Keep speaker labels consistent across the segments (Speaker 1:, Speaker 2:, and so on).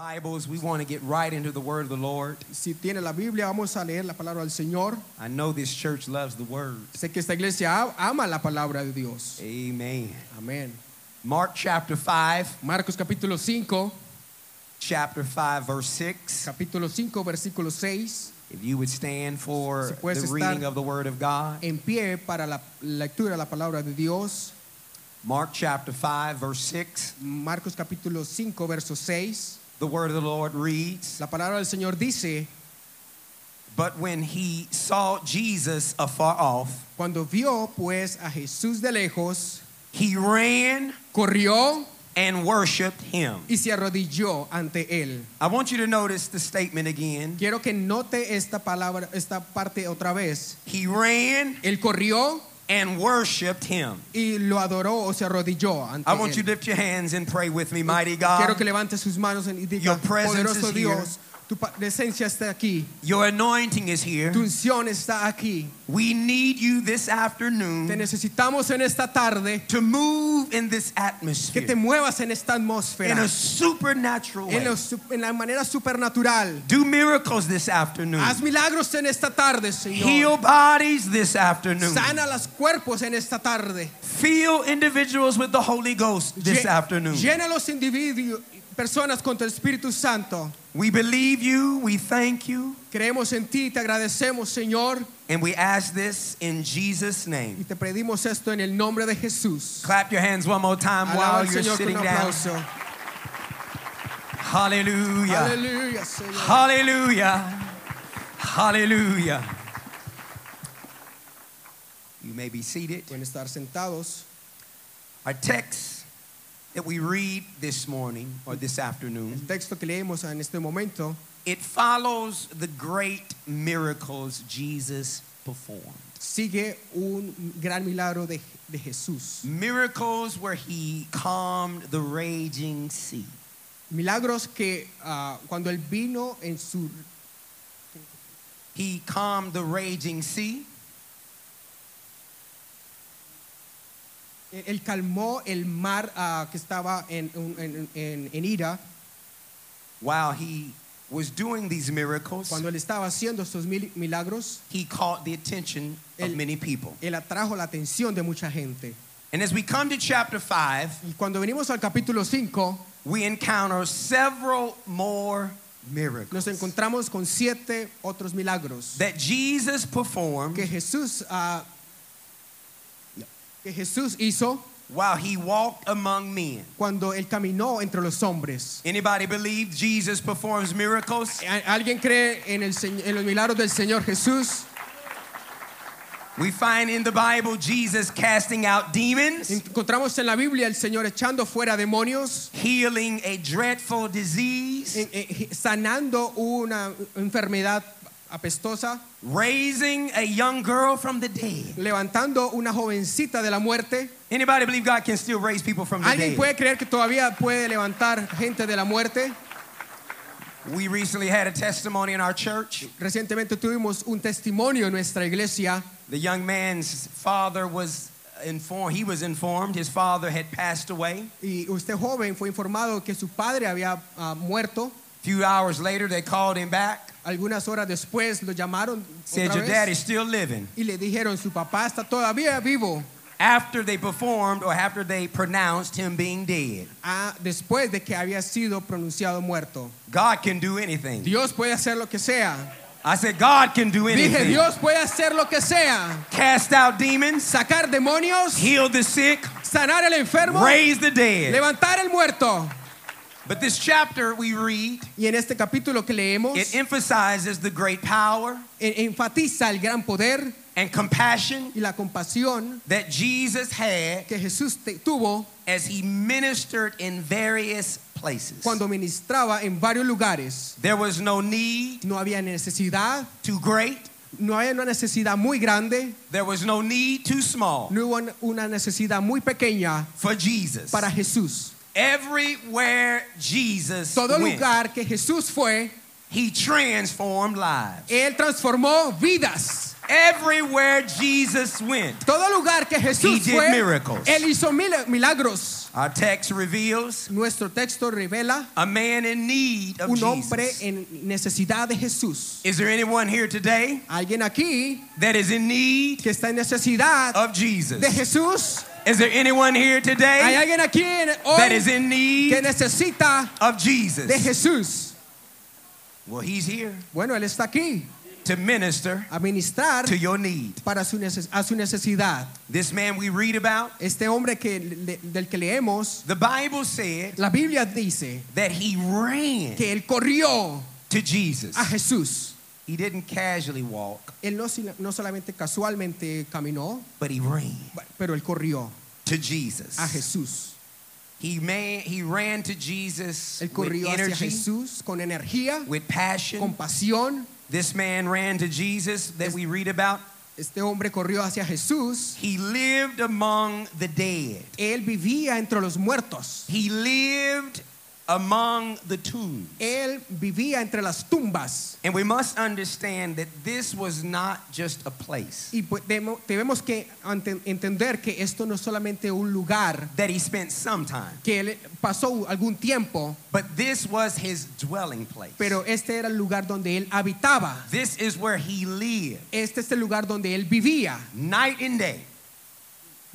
Speaker 1: Bibles, we want to get right into the word of the Lord.
Speaker 2: Si tiene la Biblia, vamos a leer la palabra del Señor.
Speaker 1: I know this church loves the word.
Speaker 2: Sé que esta iglesia a- ama la palabra de Dios.
Speaker 1: Amen.
Speaker 2: Amén.
Speaker 1: Mark chapter 5,
Speaker 2: Marcos capítulo 5,
Speaker 1: chapter 5, verse 6.
Speaker 2: capítulo 5, versículo 6.
Speaker 1: If you would stand for
Speaker 2: Si puedes
Speaker 1: the
Speaker 2: estar-
Speaker 1: reading of the word of God.
Speaker 2: En pie para la lectura de la palabra de Dios.
Speaker 1: Mark chapter 5, verse 6.
Speaker 2: Marcos capítulo 5, verso 6.
Speaker 1: The word of the Lord reads
Speaker 2: La palabra del Señor dice,
Speaker 1: But when he saw Jesus afar off,
Speaker 2: cuando vio pues a Jesús de lejos,
Speaker 1: he ran
Speaker 2: corrió
Speaker 1: and worshiped him.
Speaker 2: y se arrodilló ante él.
Speaker 1: I want you to notice the statement again.
Speaker 2: Quiero que note esta palabra, esta parte otra vez.
Speaker 1: He ran
Speaker 2: Él corrió
Speaker 1: and worshiped him.
Speaker 2: y lo adoró o se arrodilló ante
Speaker 1: I want you
Speaker 2: él.
Speaker 1: to lift your hands and pray with me, mighty
Speaker 2: Quiero que
Speaker 1: God.
Speaker 2: levante sus manos y diga,
Speaker 1: Your presence
Speaker 2: poderoso
Speaker 1: is
Speaker 2: Dios, tu pa- presencia está aquí,
Speaker 1: Your anointing is here.
Speaker 2: tu unción está aquí.
Speaker 1: We need you this
Speaker 2: Te
Speaker 1: afternoon
Speaker 2: necesitamos en esta tarde,
Speaker 1: to move in this
Speaker 2: que te
Speaker 1: atmosphere
Speaker 2: muevas en esta
Speaker 1: in a
Speaker 2: atmósfera,
Speaker 1: supernatural
Speaker 2: en,
Speaker 1: way.
Speaker 2: lo su- en la manera supernatural.
Speaker 1: Do miracles this afternoon.
Speaker 2: Haz milagros en esta tarde,
Speaker 1: Mm. Heal
Speaker 2: Señor.
Speaker 1: bodies this afternoon.
Speaker 2: Sana los cuerpos en esta tarde.
Speaker 1: Fill individuals with the Holy Ghost this
Speaker 2: Lle-
Speaker 1: afternoon.
Speaker 2: Llena los individuos, personas con tu Espíritu Santo.
Speaker 1: We believe you, we thank you,
Speaker 2: Creemos en ti, te agradecemos, Señor,
Speaker 1: and we ask this in Jesus'
Speaker 2: y
Speaker 1: name.
Speaker 2: te pedimos esto en el nombre de Jesús.
Speaker 1: Clap your hands one more time
Speaker 2: Alaba
Speaker 1: while
Speaker 2: al
Speaker 1: you're
Speaker 2: Señor con
Speaker 1: sitting
Speaker 2: un
Speaker 1: down.
Speaker 2: aplauso.
Speaker 1: Hallelujah.
Speaker 2: Aleluya, Señor.
Speaker 1: Hallelujah. Hallelujah. You may be seated.
Speaker 2: Pueden estar sentados.
Speaker 1: Our text that we read this morning or this
Speaker 2: El
Speaker 1: afternoon,
Speaker 2: texto que leemos en este momento
Speaker 1: it follows the great miracles Jesus performed.
Speaker 2: sigue un gran milagro de, de Jesús.
Speaker 1: Miracles where he calmed the raging sea.
Speaker 2: Milagros que ah, cuando él vino en su
Speaker 1: He calmed the raging sea.
Speaker 2: él calmó el mar ah, que estaba en, en- en- en ira
Speaker 1: While he was doing these miracles,
Speaker 2: cuando él estaba haciendo estos mil- milagros
Speaker 1: he caught the attention of
Speaker 2: El-
Speaker 1: many people.
Speaker 2: él atrajo la atención de mucha gente
Speaker 1: And as we come to chapter 5,
Speaker 2: y cuando venimos al capítulo 5
Speaker 1: we encounter several more
Speaker 2: nos
Speaker 1: miracles
Speaker 2: encontramos con siete otros milagros
Speaker 1: that Jesus
Speaker 2: que
Speaker 1: performed
Speaker 2: Jesús ah, que Jesús hizo
Speaker 1: while he walked among men.
Speaker 2: cuando él caminó entre los hombres.
Speaker 1: Anybody believe Jesus performs miracles?
Speaker 2: ¿A- ¿Alguien cree en, el, Señ- en los milagros del Señor Jesús?
Speaker 1: We find in the Bible Jesus casting out demons,
Speaker 2: Encontramos en la Biblia el Señor echando fuera demonios,
Speaker 1: healing a dreadful disease,
Speaker 2: en- en- sanando una enfermedad apestosa,
Speaker 1: raising a young girl from the dead.
Speaker 2: levantando una jovencita de la muerte.
Speaker 1: Anybody believe God can still raise people from the
Speaker 2: ¿Alguien
Speaker 1: dead?
Speaker 2: puede creer que todavía puede levantar gente de la muerte?
Speaker 1: We recently had a testimony in our church.
Speaker 2: Recientemente tuvimos un testimonio en nuestra iglesia
Speaker 1: The young man's father was informed, he was informed his father had passed away.
Speaker 2: y usted joven fue informado que su padre había ah, muerto.
Speaker 1: A few hours later, they called him back,
Speaker 2: Algunas horas después lo llamaron
Speaker 1: said,
Speaker 2: otra
Speaker 1: Your
Speaker 2: vez
Speaker 1: daddy's still living.
Speaker 2: y le dijeron, su papá está todavía vivo.
Speaker 1: After they performed or after they pronounced him being dead,
Speaker 2: Ah, después de que había sido pronunciado muerto.
Speaker 1: God can do anything.
Speaker 2: Dios puede hacer lo que sea.
Speaker 1: I said, God can do
Speaker 2: Dije,
Speaker 1: anything.
Speaker 2: Dios puede hacer lo que sea.
Speaker 1: Cast out demons,
Speaker 2: Sacar demonios,
Speaker 1: heal the sick,
Speaker 2: sanar al enfermo,
Speaker 1: raise the dead.
Speaker 2: levantar al muerto.
Speaker 1: But this chapter we read,
Speaker 2: Y en este capítulo que leemos,
Speaker 1: it emphasizes the great power
Speaker 2: en- enfatiza el gran poder
Speaker 1: and compassion
Speaker 2: y la compasión
Speaker 1: that Jesus had
Speaker 2: que Jesús te- tuvo
Speaker 1: as he ministered in various places.
Speaker 2: cuando ministraba en varios lugares.
Speaker 1: There was no need
Speaker 2: No había necesidad,
Speaker 1: too great,
Speaker 2: no había una necesidad muy grande,
Speaker 1: there was no need too small
Speaker 2: no hubo una necesidad muy pequeña
Speaker 1: for Jesus.
Speaker 2: para Jesús.
Speaker 1: Everywhere Jesus
Speaker 2: Todo
Speaker 1: went,
Speaker 2: lugar que Jesús fue,
Speaker 1: he transformed lives.
Speaker 2: Él transformó vidas.
Speaker 1: Everywhere Jesus went,
Speaker 2: Todo lugar que
Speaker 1: He
Speaker 2: Jesús
Speaker 1: did
Speaker 2: fue,
Speaker 1: miracles.
Speaker 2: Él hizo mil- milagros.
Speaker 1: Our text reveals
Speaker 2: Nuestro texto revela
Speaker 1: a man in need of
Speaker 2: un hombre
Speaker 1: Jesus.
Speaker 2: en necesidad de Jesús.
Speaker 1: Is there anyone here today
Speaker 2: Alguien aquí
Speaker 1: that is in need
Speaker 2: que está en necesidad
Speaker 1: of
Speaker 2: de
Speaker 1: Jesus?
Speaker 2: Jesús.
Speaker 1: Is there anyone here
Speaker 2: Hay
Speaker 1: today
Speaker 2: alguien aquí en-
Speaker 1: that is
Speaker 2: hoy
Speaker 1: in
Speaker 2: que
Speaker 1: need
Speaker 2: necesita
Speaker 1: of
Speaker 2: de
Speaker 1: Jesus?
Speaker 2: Jesús.
Speaker 1: Well, he's here
Speaker 2: Bueno, Él está aquí
Speaker 1: to minister
Speaker 2: a ministrar
Speaker 1: to your need.
Speaker 2: para su neces- a su necesidad.
Speaker 1: This man we read about,
Speaker 2: Este hombre que, le- del que leemos,
Speaker 1: the Bible said
Speaker 2: la Biblia dice
Speaker 1: that he ran
Speaker 2: que Él corrió
Speaker 1: to Jesus.
Speaker 2: a Jesús.
Speaker 1: He didn't casually walk,
Speaker 2: Él no, si- no solamente casualmente caminó,
Speaker 1: but he ran
Speaker 2: pero Él corrió
Speaker 1: to
Speaker 2: a
Speaker 1: Jesus.
Speaker 2: Jesús.
Speaker 1: He, man, he ran to Jesus
Speaker 2: Él
Speaker 1: with
Speaker 2: corrió hacia
Speaker 1: energy,
Speaker 2: Jesús con energía,
Speaker 1: with passion.
Speaker 2: con pasión.
Speaker 1: This man ran to Jesus that we read about.
Speaker 2: Este hombre corrió hacia Jesús.
Speaker 1: He lived among the dead.
Speaker 2: Él vivía entre los muertos.
Speaker 1: He lived among the tombs.
Speaker 2: Él vivía entre las tumbas.
Speaker 1: And we must understand that this was not just a place
Speaker 2: Y podemos- debemos que ante- entender que esto no es solamente un lugar
Speaker 1: that he spent some time,
Speaker 2: que él pasó algún tiempo,
Speaker 1: but this was his dwelling place.
Speaker 2: pero este era el lugar donde él habitaba.
Speaker 1: This is where he lived
Speaker 2: Este es el lugar donde él vivía,
Speaker 1: night and day.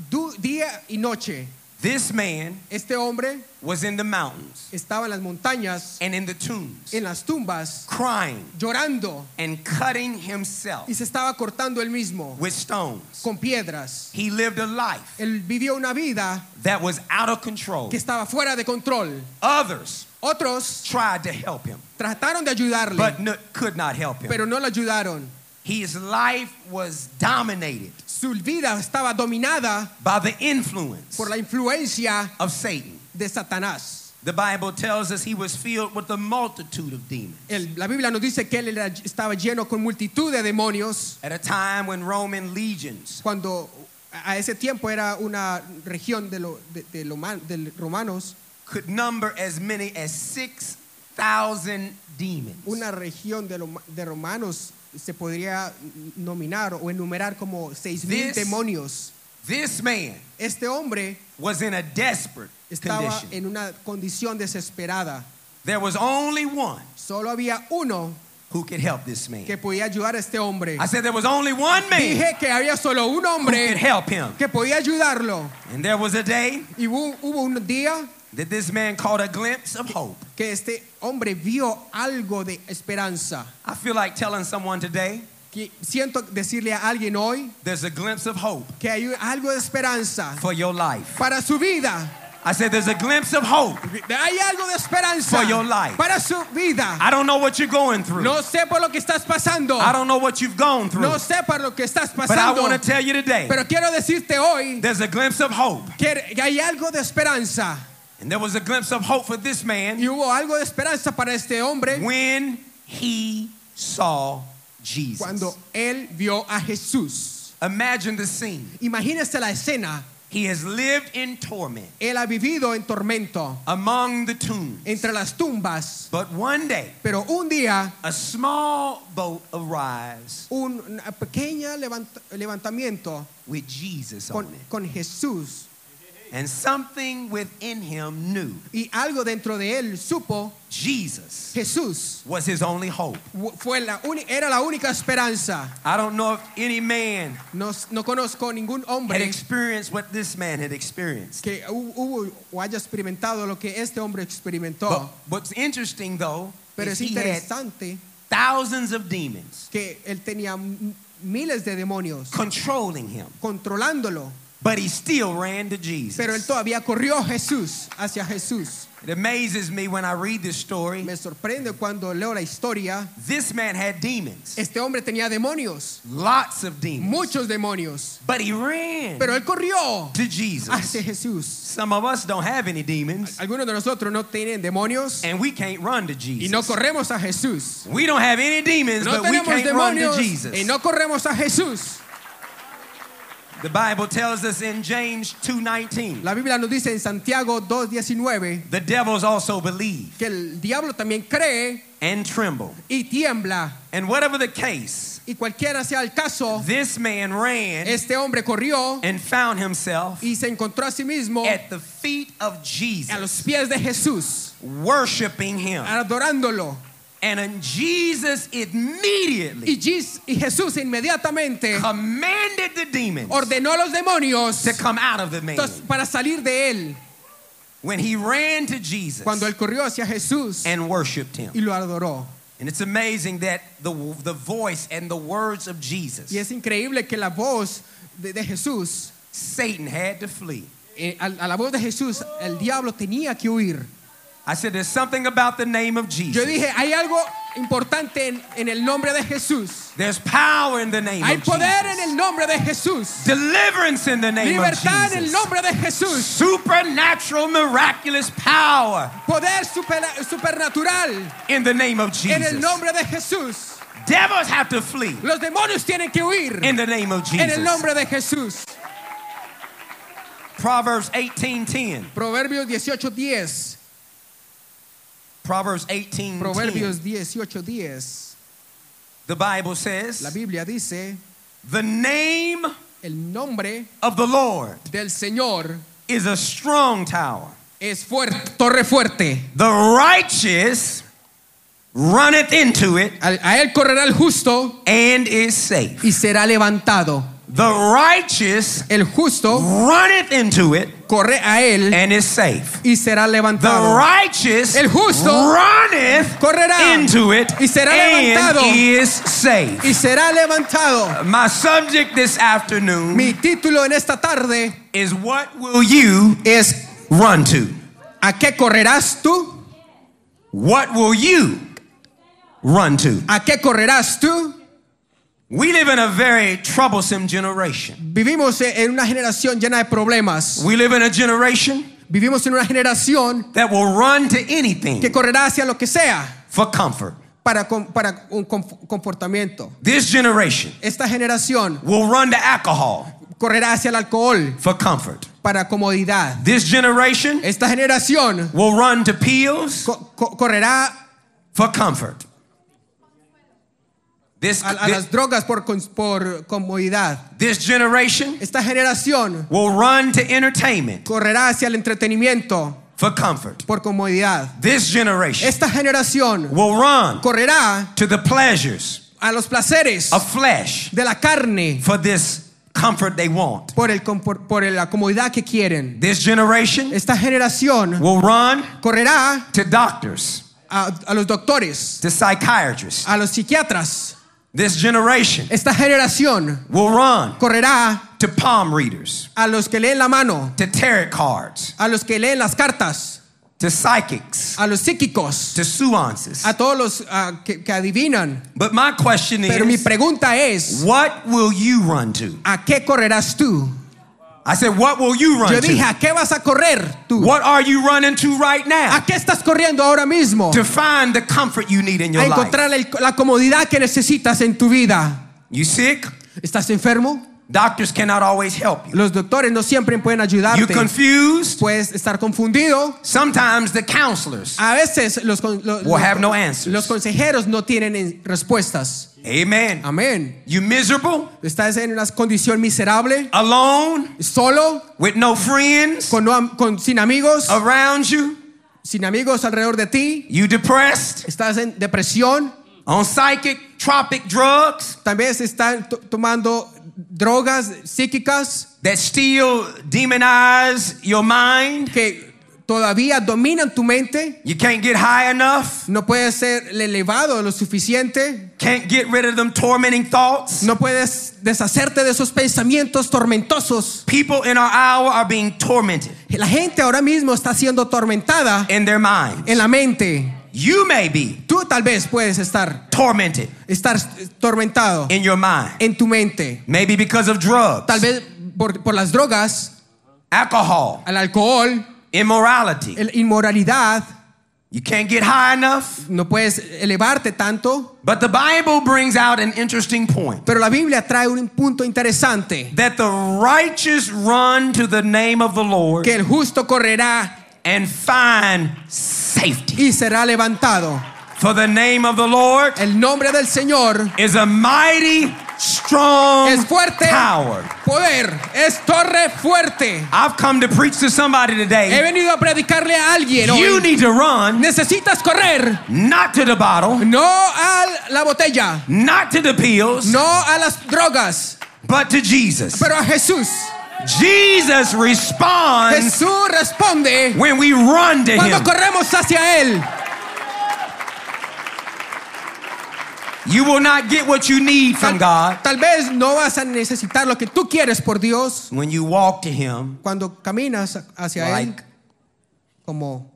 Speaker 2: Du- día y noche.
Speaker 1: This man
Speaker 2: Este hombre
Speaker 1: was in the mountains
Speaker 2: estaba en las montañas,
Speaker 1: and in the tombs,
Speaker 2: en las tumbas,
Speaker 1: crying
Speaker 2: llorando
Speaker 1: and cutting himself
Speaker 2: y se estaba cortando él mismo
Speaker 1: with stones.
Speaker 2: con piedras.
Speaker 1: He lived a life
Speaker 2: Él vivió una vida
Speaker 1: that was out of control.
Speaker 2: que estaba fuera de control.
Speaker 1: Others
Speaker 2: Otros
Speaker 1: tried to help him,
Speaker 2: trataron de ayudarle,
Speaker 1: but no- could not help him.
Speaker 2: pero no le ayudaron.
Speaker 1: His life was dominated
Speaker 2: Su vida estaba dominada
Speaker 1: by the influence
Speaker 2: por la influencia
Speaker 1: of Satan.
Speaker 2: de Satanás.
Speaker 1: The Bible tells us he was filled with a multitude of demons.
Speaker 2: El- la Biblia nos dice que él era- estaba lleno con multitud de demonios
Speaker 1: At a time when Roman legions
Speaker 2: cuando a ese tiempo era una región de, lo, de, de lo man- de romanos,
Speaker 1: could number as many as 6,000 demons.
Speaker 2: una región de, lo- de romanos se podría nominar o enumerar como seis mil
Speaker 1: This-
Speaker 2: demonios.
Speaker 1: This man
Speaker 2: Este hombre
Speaker 1: was in a desperate
Speaker 2: estaba
Speaker 1: condition.
Speaker 2: en una condición desesperada.
Speaker 1: there was only one
Speaker 2: Solo había uno
Speaker 1: who could help this man.
Speaker 2: que podía ayudar a este hombre.
Speaker 1: I said there was only one man
Speaker 2: Dije que había solo un
Speaker 1: who could
Speaker 2: hombre
Speaker 1: help him.
Speaker 2: que podía ayudarlo.
Speaker 1: And there was a day
Speaker 2: Y hubo- hubo un día
Speaker 1: that this man caught a glimpse of hope.
Speaker 2: que este hombre vio algo de esperanza.
Speaker 1: I feel like telling someone today
Speaker 2: Que siento decirle a alguien hoy
Speaker 1: there's a glimpse of hope
Speaker 2: que hay un- algo de esperanza
Speaker 1: for your life.
Speaker 2: para su vida.
Speaker 1: I said there's a glimpse of hope.
Speaker 2: Hay algo de esperanza
Speaker 1: For your life.
Speaker 2: para su vida.
Speaker 1: I don't know what you're going through.
Speaker 2: No sé por lo que estás pasando.
Speaker 1: I don't know what you've gone through.
Speaker 2: No sé por lo que estás
Speaker 1: but I
Speaker 2: pasando.
Speaker 1: want to tell you today
Speaker 2: Pero quiero decirte hoy
Speaker 1: there's a glimpse of hope.
Speaker 2: que que hay algo de esperanza.
Speaker 1: And there was a glimpse of hope for this man
Speaker 2: Y hubo algo de esperanza para este hombre
Speaker 1: when he saw Jesus.
Speaker 2: cuando él vio a Jesús.
Speaker 1: Imagine the scene.
Speaker 2: Imagínese la escena.
Speaker 1: He has lived in torment
Speaker 2: Él ha vivido en tormento.
Speaker 1: among the tombs.
Speaker 2: entre las tumbas.
Speaker 1: But one day,
Speaker 2: Pero un día,
Speaker 1: a small boat arrives
Speaker 2: un una pequeña levant- levantamiento
Speaker 1: with Jesus
Speaker 2: con,
Speaker 1: on it.
Speaker 2: con Jesús
Speaker 1: And something within him knew
Speaker 2: y algo dentro de él supo,
Speaker 1: Jesus
Speaker 2: Jesús
Speaker 1: was his only hope.
Speaker 2: fu- fue la uni- era la única esperanza.
Speaker 1: I don't know if any man
Speaker 2: No, s- no conozco ningún
Speaker 1: had
Speaker 2: hombre
Speaker 1: experienced what this man had experienced.
Speaker 2: que hu- hubo o haya experimentado lo que este hombre experimentó.
Speaker 1: But what's interesting though
Speaker 2: Pero
Speaker 1: is
Speaker 2: es
Speaker 1: he had
Speaker 2: interesante
Speaker 1: thousands of demons
Speaker 2: que él tenía m- miles de demonios
Speaker 1: controlling him,
Speaker 2: controlándolo,
Speaker 1: but he still ran to
Speaker 2: pero él
Speaker 1: Jesus.
Speaker 2: todavía corrió a Jesús, hacia Jesús.
Speaker 1: It amazes me when I read this story.
Speaker 2: Me sorprende cuando leo la historia
Speaker 1: This man had demons,
Speaker 2: Este hombre tenía demonios,
Speaker 1: lots of demons,
Speaker 2: muchos demonios,
Speaker 1: but he ran
Speaker 2: pero él corrió
Speaker 1: to Jesus.
Speaker 2: hacia Jesús.
Speaker 1: Some of us don't have any demons,
Speaker 2: Algunos de nosotros no tienen demonios
Speaker 1: and we can't run to
Speaker 2: y no
Speaker 1: Jesus.
Speaker 2: corremos a Jesús.
Speaker 1: We don't have any demons,
Speaker 2: No
Speaker 1: but we
Speaker 2: tenemos
Speaker 1: can't run to
Speaker 2: demonios y
Speaker 1: Jesus.
Speaker 2: no corremos a Jesús.
Speaker 1: The Bible tells us in James 2:19,
Speaker 2: La Biblia nos dice en Santiago 2:19
Speaker 1: the devils also believe
Speaker 2: que el diablo también cree
Speaker 1: and trembled.
Speaker 2: y tiembla.
Speaker 1: And whatever the case,
Speaker 2: Y cualquiera sea el caso,
Speaker 1: this man ran
Speaker 2: este hombre corrió
Speaker 1: and found himself
Speaker 2: y se encontró a sí mismo
Speaker 1: at the feet of
Speaker 2: a
Speaker 1: Jesus,
Speaker 2: los pies de Jesús,
Speaker 1: worshiping him.
Speaker 2: adorándolo.
Speaker 1: And then Jesus immediately
Speaker 2: Y, Jes- y Jesús inmediatamente
Speaker 1: commanded the demons
Speaker 2: ordenó a los demonios
Speaker 1: to come out of the man.
Speaker 2: tos- para salir de él
Speaker 1: When he ran to Jesus
Speaker 2: cuando él corrió hacia Jesús
Speaker 1: and worshiped him.
Speaker 2: y lo adoró.
Speaker 1: And it's amazing that the, the voice and the words of Jesus,
Speaker 2: Y es increíble que la voz de, de Jesús,
Speaker 1: Satan had to flee.
Speaker 2: eh, a, a la voz de Jesús, el diablo tenía que huir.
Speaker 1: I said, there's something about the name of
Speaker 2: Yo
Speaker 1: Jesus.
Speaker 2: dije, hay algo importante en, en el nombre de Jesús.
Speaker 1: There's power in the name
Speaker 2: Hay
Speaker 1: of
Speaker 2: poder
Speaker 1: Jesus.
Speaker 2: en el nombre de Jesús.
Speaker 1: Deliverance in the name of
Speaker 2: Libertad en el
Speaker 1: Jesus.
Speaker 2: nombre de Jesús.
Speaker 1: Supernatural, miraculous power
Speaker 2: Poder supera- supernatural
Speaker 1: in the name of
Speaker 2: en
Speaker 1: Jesus.
Speaker 2: el nombre de Jesús.
Speaker 1: Devils have to flee
Speaker 2: Los demonios tienen que huir
Speaker 1: in the name of
Speaker 2: en el
Speaker 1: Jesus.
Speaker 2: nombre de Jesús.
Speaker 1: Proverbs 18:10.
Speaker 2: Proverbios 18:10.
Speaker 1: Proverbs 18:10.
Speaker 2: Proverbios 18:10.
Speaker 1: The Bible
Speaker 2: La
Speaker 1: says,
Speaker 2: Biblia dice,
Speaker 1: "The name
Speaker 2: el nombre
Speaker 1: of the Lord
Speaker 2: del Señor
Speaker 1: is a strong tower.
Speaker 2: es fuerte, torre fuerte.
Speaker 1: The righteous runneth into it
Speaker 2: Al- A, él correrá el justo
Speaker 1: and is safe.
Speaker 2: y será levantado.
Speaker 1: The righteous
Speaker 2: El justo
Speaker 1: runneth into it
Speaker 2: corre a él
Speaker 1: and is safe.
Speaker 2: y será
Speaker 1: The
Speaker 2: levantado.
Speaker 1: righteous
Speaker 2: El justo
Speaker 1: runneth
Speaker 2: correrá
Speaker 1: into it
Speaker 2: y será
Speaker 1: and
Speaker 2: levantado.
Speaker 1: is safe.
Speaker 2: Y será levantado.
Speaker 1: My subject this afternoon
Speaker 2: Mi título en esta tarde
Speaker 1: is what will you
Speaker 2: es
Speaker 1: run to?
Speaker 2: ¿A qué correrás tú?
Speaker 1: What will you run to?
Speaker 2: ¿A qué correrás tú?
Speaker 1: We live in a very troublesome generation.
Speaker 2: Vivimos e-, en una generación llena de problemas.
Speaker 1: We live in a generation
Speaker 2: Vivimos en una generación
Speaker 1: that will run to
Speaker 2: que
Speaker 1: anything
Speaker 2: correrá hacia lo que sea
Speaker 1: for comfort.
Speaker 2: para, com- para un conf- comportamiento.
Speaker 1: This generation
Speaker 2: Esta generación
Speaker 1: will run to alcohol
Speaker 2: correrá hacia el alcohol
Speaker 1: for comfort.
Speaker 2: para comodidad.
Speaker 1: This generation
Speaker 2: Esta generación
Speaker 1: will run to pills
Speaker 2: co- co- correrá
Speaker 1: for comfort. This,
Speaker 2: a, a
Speaker 1: this,
Speaker 2: las drogas por, cons- por comodidad.
Speaker 1: this generation
Speaker 2: Esta generación
Speaker 1: will run to entertainment
Speaker 2: correrá hacia el entretenimiento
Speaker 1: for comfort.
Speaker 2: por comodidad.
Speaker 1: This generation
Speaker 2: Esta generación
Speaker 1: will run
Speaker 2: correrá
Speaker 1: to the pleasures
Speaker 2: a los placeres
Speaker 1: of flesh
Speaker 2: de la carne
Speaker 1: for this comfort they want.
Speaker 2: por, el, com- por, por la comodidad que quieren.
Speaker 1: This generation
Speaker 2: Esta generación
Speaker 1: will run
Speaker 2: correrá
Speaker 1: to doctors,
Speaker 2: a- a los doctores
Speaker 1: to psychiatrists.
Speaker 2: a los psiquiatras.
Speaker 1: This generation
Speaker 2: Esta generación
Speaker 1: will run
Speaker 2: correrá
Speaker 1: to palm readers,
Speaker 2: a los que leen la mano,
Speaker 1: to tarot cards,
Speaker 2: a los que leen las cartas,
Speaker 1: to psychics,
Speaker 2: a los psíquicos,
Speaker 1: to seances.
Speaker 2: a todos los ah, que, que adivinan.
Speaker 1: But my question
Speaker 2: Pero mi
Speaker 1: is,
Speaker 2: pregunta es,
Speaker 1: what will you run to?
Speaker 2: ¿a qué correrás tú?
Speaker 1: I said, what will you
Speaker 2: Yo
Speaker 1: run
Speaker 2: dije,
Speaker 1: to?
Speaker 2: ¿a qué vas a correr tú?
Speaker 1: What are you running to right now
Speaker 2: ¿A qué estás corriendo ahora mismo?
Speaker 1: to find the comfort you need in
Speaker 2: A
Speaker 1: your life?
Speaker 2: encontrar el- la comodidad que necesitas en tu vida.
Speaker 1: You sick?
Speaker 2: ¿Estás enfermo?
Speaker 1: Doctors cannot always help you.
Speaker 2: Los doctores no siempre pueden
Speaker 1: You
Speaker 2: ayudarte.
Speaker 1: confused?
Speaker 2: Puedes estar confundido.
Speaker 1: Sometimes the counselors.
Speaker 2: A veces los, con- lo-
Speaker 1: Will
Speaker 2: los-
Speaker 1: have no answers.
Speaker 2: los consejeros no tienen en- respuestas.
Speaker 1: Amen.
Speaker 2: Amén.
Speaker 1: You miserable?
Speaker 2: Estás en una condición miserable,
Speaker 1: Alone?
Speaker 2: solo,
Speaker 1: With no friends
Speaker 2: con, no am- con- sin amigos,
Speaker 1: around you?
Speaker 2: sin amigos alrededor de ti.
Speaker 1: You depressed?
Speaker 2: Estás en depresión.
Speaker 1: On psychic, tropic drugs
Speaker 2: También se están to- tomando drogas psíquicas
Speaker 1: that still demonize your mind?
Speaker 2: que todavía dominan tu mente.
Speaker 1: You can't get high enough?
Speaker 2: No puedes ser elevado lo suficiente.
Speaker 1: Can't get rid of them tormenting thoughts?
Speaker 2: No puedes deshacerte de esos pensamientos tormentosos.
Speaker 1: People in our hour are being tormented
Speaker 2: La gente ahora mismo está siendo tormentada
Speaker 1: in their minds.
Speaker 2: en la mente.
Speaker 1: You may be
Speaker 2: Tú tal vez puedes estar,
Speaker 1: tormented
Speaker 2: estar tormentado
Speaker 1: in your mind.
Speaker 2: en tu mente.
Speaker 1: Maybe because of drugs,
Speaker 2: Tal vez por, por las drogas,
Speaker 1: alcohol,
Speaker 2: al alcohol,
Speaker 1: immorality.
Speaker 2: la inmoralidad.
Speaker 1: You can't get high enough.
Speaker 2: No puedes elevarte tanto.
Speaker 1: But the Bible brings out an interesting point
Speaker 2: Pero la Biblia trae un punto interesante.
Speaker 1: that the righteous run to the name of the Lord
Speaker 2: Que el justo correrá
Speaker 1: and find safety.
Speaker 2: y será levantado.
Speaker 1: For the name of the Lord
Speaker 2: El nombre del Señor
Speaker 1: is a mighty, strong
Speaker 2: es fuerte.
Speaker 1: tower.
Speaker 2: Poder es torre fuerte.
Speaker 1: I've come to preach to somebody
Speaker 2: He
Speaker 1: today.
Speaker 2: venido a predicarle a alguien
Speaker 1: You
Speaker 2: hoy.
Speaker 1: need to run,
Speaker 2: Necesitas correr,
Speaker 1: not to the bottle,
Speaker 2: no a la botella,
Speaker 1: not to the pills,
Speaker 2: no a las drogas,
Speaker 1: but to Jesus.
Speaker 2: pero a Jesús.
Speaker 1: Jesus responds
Speaker 2: Jesús responde
Speaker 1: when we run to
Speaker 2: cuando
Speaker 1: him.
Speaker 2: corremos hacia Él.
Speaker 1: You will not get what you need from God
Speaker 2: Tal vez no vas a necesitar lo que tú quieres por Dios
Speaker 1: when you walk to him
Speaker 2: cuando caminas hacia Él
Speaker 1: like
Speaker 2: como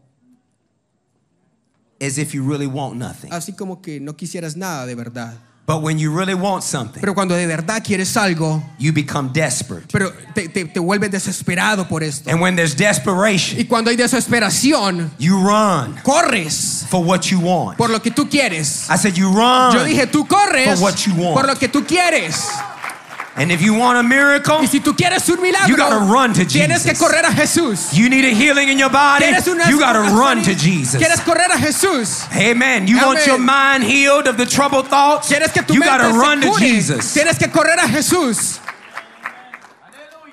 Speaker 1: as if you really want nothing.
Speaker 2: así como que no quisieras nada de verdad.
Speaker 1: But when you really want something,
Speaker 2: Pero cuando de verdad quieres algo,
Speaker 1: you become desperate.
Speaker 2: pero te, te- te vuelves desesperado por esto.
Speaker 1: And when there's desperation,
Speaker 2: Y cuando hay desesperación,
Speaker 1: you run
Speaker 2: corres
Speaker 1: for what you want.
Speaker 2: por lo que tú quieres.
Speaker 1: I said, You
Speaker 2: Yo
Speaker 1: run.
Speaker 2: dije, tú corres
Speaker 1: Ah, For what you want.
Speaker 2: por lo que tú quieres.
Speaker 1: And if you want a miracle,
Speaker 2: Y si tú quieres un
Speaker 1: You gotta
Speaker 2: milagro,
Speaker 1: run to
Speaker 2: tienes que
Speaker 1: Jesus.
Speaker 2: correr a Jesús.
Speaker 1: you need a healing in your body,
Speaker 2: Quieres una
Speaker 1: you got to run to
Speaker 2: Quieres
Speaker 1: Jesus.
Speaker 2: correr a Jesús.
Speaker 1: Amen. You want
Speaker 2: Amen.
Speaker 1: your mind healed of the troubled thoughts,
Speaker 2: Tienes que tu
Speaker 1: you got
Speaker 2: mente
Speaker 1: to
Speaker 2: se
Speaker 1: run to
Speaker 2: cure.
Speaker 1: Jesus.
Speaker 2: Tienes que correr a Jesús.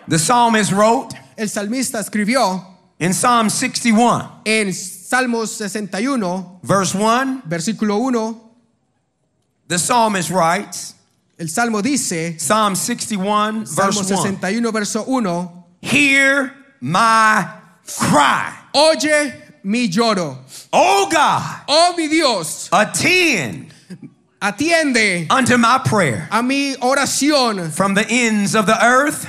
Speaker 1: The psalmist wrote
Speaker 2: El salmista escribió
Speaker 1: in Psalm 61,
Speaker 2: en Salmos 61,
Speaker 1: verse 1,
Speaker 2: versículo 1,
Speaker 1: the psalmist writes,
Speaker 2: el salmo dice,
Speaker 1: Psalm 61,
Speaker 2: Salmo
Speaker 1: verse 1.
Speaker 2: 61, verso 1,
Speaker 1: Hear my cry.
Speaker 2: oye mi lloro.
Speaker 1: O God,
Speaker 2: Oh mi Dios,
Speaker 1: attend
Speaker 2: atiende
Speaker 1: unto my prayer.
Speaker 2: a mi oración.
Speaker 1: From the ends of the earth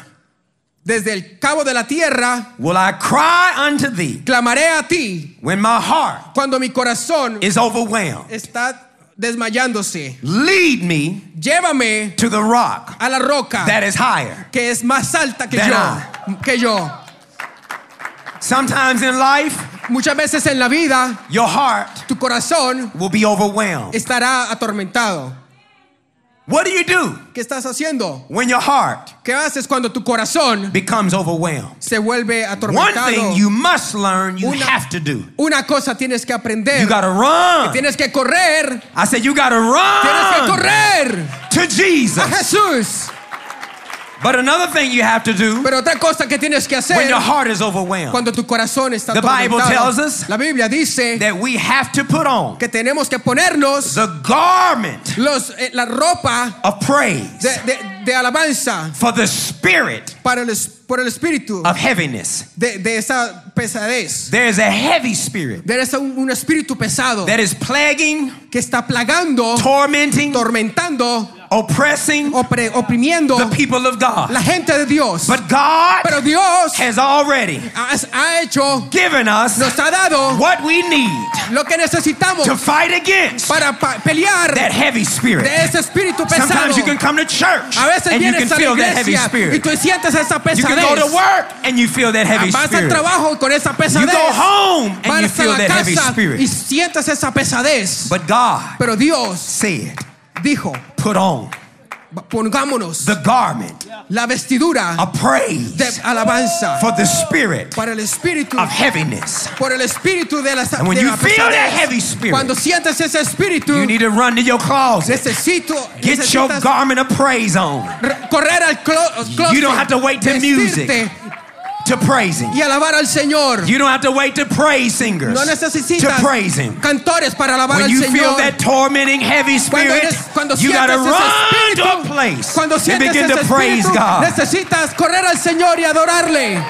Speaker 2: Desde el cabo de la tierra
Speaker 1: will I cry unto thee
Speaker 2: clamaré a ti
Speaker 1: when my heart
Speaker 2: cuando mi corazón
Speaker 1: is overwhelmed.
Speaker 2: está desmayándose.
Speaker 1: Lead me
Speaker 2: Llévame
Speaker 1: to the rock
Speaker 2: a la roca
Speaker 1: that is higher.
Speaker 2: que es más alta que
Speaker 1: Then
Speaker 2: yo, que yo.
Speaker 1: Sometimes in life,
Speaker 2: Muchas veces en la vida
Speaker 1: your heart
Speaker 2: tu corazón
Speaker 1: will be overwhelmed.
Speaker 2: estará atormentado.
Speaker 1: What do you do
Speaker 2: ¿Qué estás haciendo?
Speaker 1: when your heart
Speaker 2: ¿Qué haces cuando tu corazón
Speaker 1: becomes overwhelmed?
Speaker 2: se vuelve
Speaker 1: One
Speaker 2: atormentado?
Speaker 1: thing you must learn, you
Speaker 2: Una-
Speaker 1: have to do.
Speaker 2: Una cosa tienes que
Speaker 1: You
Speaker 2: aprender.
Speaker 1: gotta run.
Speaker 2: Tienes que correr.
Speaker 1: I said, you gotta
Speaker 2: Tienes que
Speaker 1: run
Speaker 2: correr
Speaker 1: to
Speaker 2: a
Speaker 1: Jesus.
Speaker 2: Jesús.
Speaker 1: But another thing you have to do
Speaker 2: Pero otra cosa que tienes que
Speaker 1: when
Speaker 2: hacer
Speaker 1: your heart is overwhelmed
Speaker 2: cuando tu corazón está
Speaker 1: The Bible
Speaker 2: atormentado.
Speaker 1: tells us
Speaker 2: la Biblia dice
Speaker 1: that we have to put on
Speaker 2: que tenemos que ponernos
Speaker 1: the garment
Speaker 2: los, eh, la ropa
Speaker 1: of
Speaker 2: de,
Speaker 1: praise
Speaker 2: de- de alabanza
Speaker 1: for the spirit
Speaker 2: para el, es- por el espíritu
Speaker 1: of heaviness.
Speaker 2: de, de esa pesadez.
Speaker 1: There's a heavy spirit
Speaker 2: De ese un, un espíritu pesado
Speaker 1: that is plaguing,
Speaker 2: que está plagando,
Speaker 1: tormenting,
Speaker 2: tormentando,
Speaker 1: oppressing
Speaker 2: opre- oprimiendo
Speaker 1: the people of
Speaker 2: la
Speaker 1: God.
Speaker 2: gente de Dios.
Speaker 1: But God
Speaker 2: Pero Dios
Speaker 1: has already
Speaker 2: ha, ha hecho,
Speaker 1: given us
Speaker 2: nos ha dado
Speaker 1: what we need
Speaker 2: lo que necesitamos
Speaker 1: to fight against
Speaker 2: para pa- pelear
Speaker 1: that heavy spirit.
Speaker 2: de ese espíritu pesado.
Speaker 1: Sometimes you can come to church
Speaker 2: A veces
Speaker 1: and you can
Speaker 2: vienes a la
Speaker 1: feel that heavy
Speaker 2: iglesia y
Speaker 1: spirit.
Speaker 2: tú sientes esa
Speaker 1: You can
Speaker 2: pesadez.
Speaker 1: go to work and you feel that heavy
Speaker 2: Vas al
Speaker 1: spirit.
Speaker 2: trabajo con esa
Speaker 1: You
Speaker 2: pesadez.
Speaker 1: go home and you
Speaker 2: Vas a
Speaker 1: feel
Speaker 2: la
Speaker 1: that heavy
Speaker 2: casa y
Speaker 1: spirit.
Speaker 2: sientes esa pesadez.
Speaker 1: But God
Speaker 2: Pero Dios
Speaker 1: said,
Speaker 2: dijo,
Speaker 1: put on
Speaker 2: pongámonos
Speaker 1: the garment
Speaker 2: la vestidura
Speaker 1: of praise
Speaker 2: de alabanza
Speaker 1: for the spirit
Speaker 2: para el espíritu
Speaker 1: of heaviness.
Speaker 2: por el espíritu de la,
Speaker 1: And when
Speaker 2: de
Speaker 1: you
Speaker 2: la
Speaker 1: feel that
Speaker 2: pesadez.
Speaker 1: heavy spirit,
Speaker 2: cuando sientes ese espíritu
Speaker 1: you need to run to your closet.
Speaker 2: necesito
Speaker 1: Get your
Speaker 2: necesitas
Speaker 1: garment of praise on
Speaker 2: r- correr al clo-
Speaker 1: You
Speaker 2: closet
Speaker 1: don't have to wait till music.
Speaker 2: vestirte
Speaker 1: to praise Him.
Speaker 2: y alabar al Señor
Speaker 1: You don't have to wait to praise singers
Speaker 2: no
Speaker 1: to
Speaker 2: necesitas
Speaker 1: praise Him.
Speaker 2: cantores para alabar
Speaker 1: When
Speaker 2: al
Speaker 1: you feel
Speaker 2: Señor
Speaker 1: that tormenting heavy
Speaker 2: cuando,
Speaker 1: spirit,
Speaker 2: eres- cuando
Speaker 1: you
Speaker 2: sientes
Speaker 1: gotta
Speaker 2: ese
Speaker 1: run
Speaker 2: espíritu
Speaker 1: to a place
Speaker 2: cuando
Speaker 1: and
Speaker 2: sientes
Speaker 1: begin
Speaker 2: ese
Speaker 1: to praise
Speaker 2: espíritu,
Speaker 1: God.
Speaker 2: necesitas correr al Señor y adorarle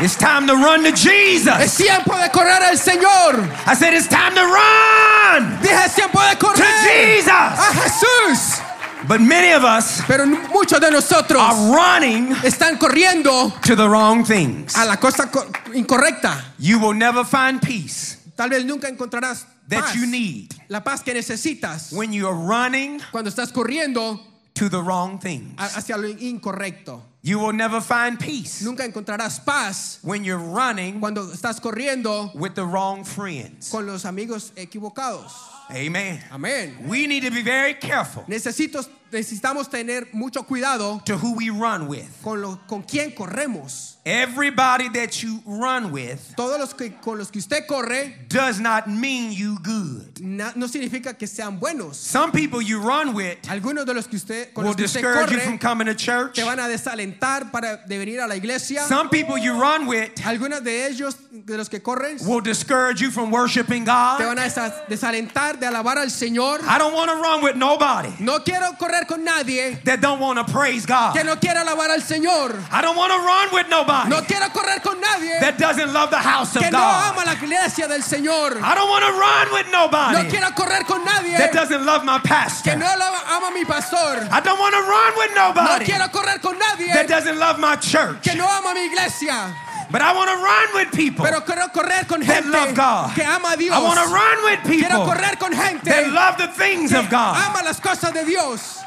Speaker 1: It's time to run to
Speaker 2: es
Speaker 1: Jesus.
Speaker 2: tiempo de correr al Señor
Speaker 1: I said it's time to run
Speaker 2: Dije, es tiempo de
Speaker 1: to
Speaker 2: correr
Speaker 1: Jesus.
Speaker 2: a Jesús.
Speaker 1: But many of us
Speaker 2: Pero n- muchos de nosotros
Speaker 1: are running
Speaker 2: están corriendo
Speaker 1: to the wrong things.
Speaker 2: a la cosa co- incorrecta.
Speaker 1: You will never find peace
Speaker 2: Tal vez nunca encontrarás
Speaker 1: that
Speaker 2: paz,
Speaker 1: you need
Speaker 2: la paz que necesitas
Speaker 1: when you are running
Speaker 2: cuando estás corriendo
Speaker 1: to the wrong things.
Speaker 2: a- hacia lo incorrecto.
Speaker 1: You will never find peace
Speaker 2: Nunca encontrarás paz
Speaker 1: when you're running
Speaker 2: cuando estás corriendo
Speaker 1: with the wrong friends.
Speaker 2: con los amigos equivocados.
Speaker 1: Amen.
Speaker 2: Amén.
Speaker 1: We need to be very careful
Speaker 2: Necesito, necesitamos tener mucho cuidado
Speaker 1: to who we run with.
Speaker 2: con, lo, con quién corremos.
Speaker 1: Everybody that you run with
Speaker 2: Todos los que con los que usted corre
Speaker 1: does not mean you good.
Speaker 2: na- no significa que sean buenos.
Speaker 1: Some people you run with
Speaker 2: Algunos de los que usted con
Speaker 1: will
Speaker 2: los que usted
Speaker 1: discourage you from
Speaker 2: corre
Speaker 1: coming to church.
Speaker 2: te van a desalentar para de venir a la iglesia.
Speaker 1: Some people you run with
Speaker 2: Algunos de ellos de los que corren te
Speaker 1: will discourage you from worshiping God.
Speaker 2: van a desa- desalentar de alabar al Señor.
Speaker 1: I don't want to run with nobody
Speaker 2: No quiero correr con nadie
Speaker 1: that don't want to praise God.
Speaker 2: que no quiera alabar al Señor.
Speaker 1: I don't want to run with
Speaker 2: No
Speaker 1: nobody
Speaker 2: quiero correr con nadie
Speaker 1: that doesn't love the house of
Speaker 2: que no ama
Speaker 1: God.
Speaker 2: la iglesia del Señor.
Speaker 1: I don't want to run with
Speaker 2: No
Speaker 1: nobody
Speaker 2: quiero correr con nadie
Speaker 1: that doesn't love my
Speaker 2: que
Speaker 1: pastor.
Speaker 2: no lo ama mi pastor.
Speaker 1: I don't want to run with
Speaker 2: No
Speaker 1: nobody
Speaker 2: quiero correr con
Speaker 1: that
Speaker 2: nadie
Speaker 1: doesn't love my church.
Speaker 2: que no ama mi iglesia.
Speaker 1: But I want to run with people
Speaker 2: Pero quiero correr con
Speaker 1: that
Speaker 2: gente
Speaker 1: love God.
Speaker 2: que ama a Dios.
Speaker 1: I want to run with
Speaker 2: Quiero
Speaker 1: people
Speaker 2: Ah. correr con gente
Speaker 1: that love the things of God.
Speaker 2: ama las cosas de Dios.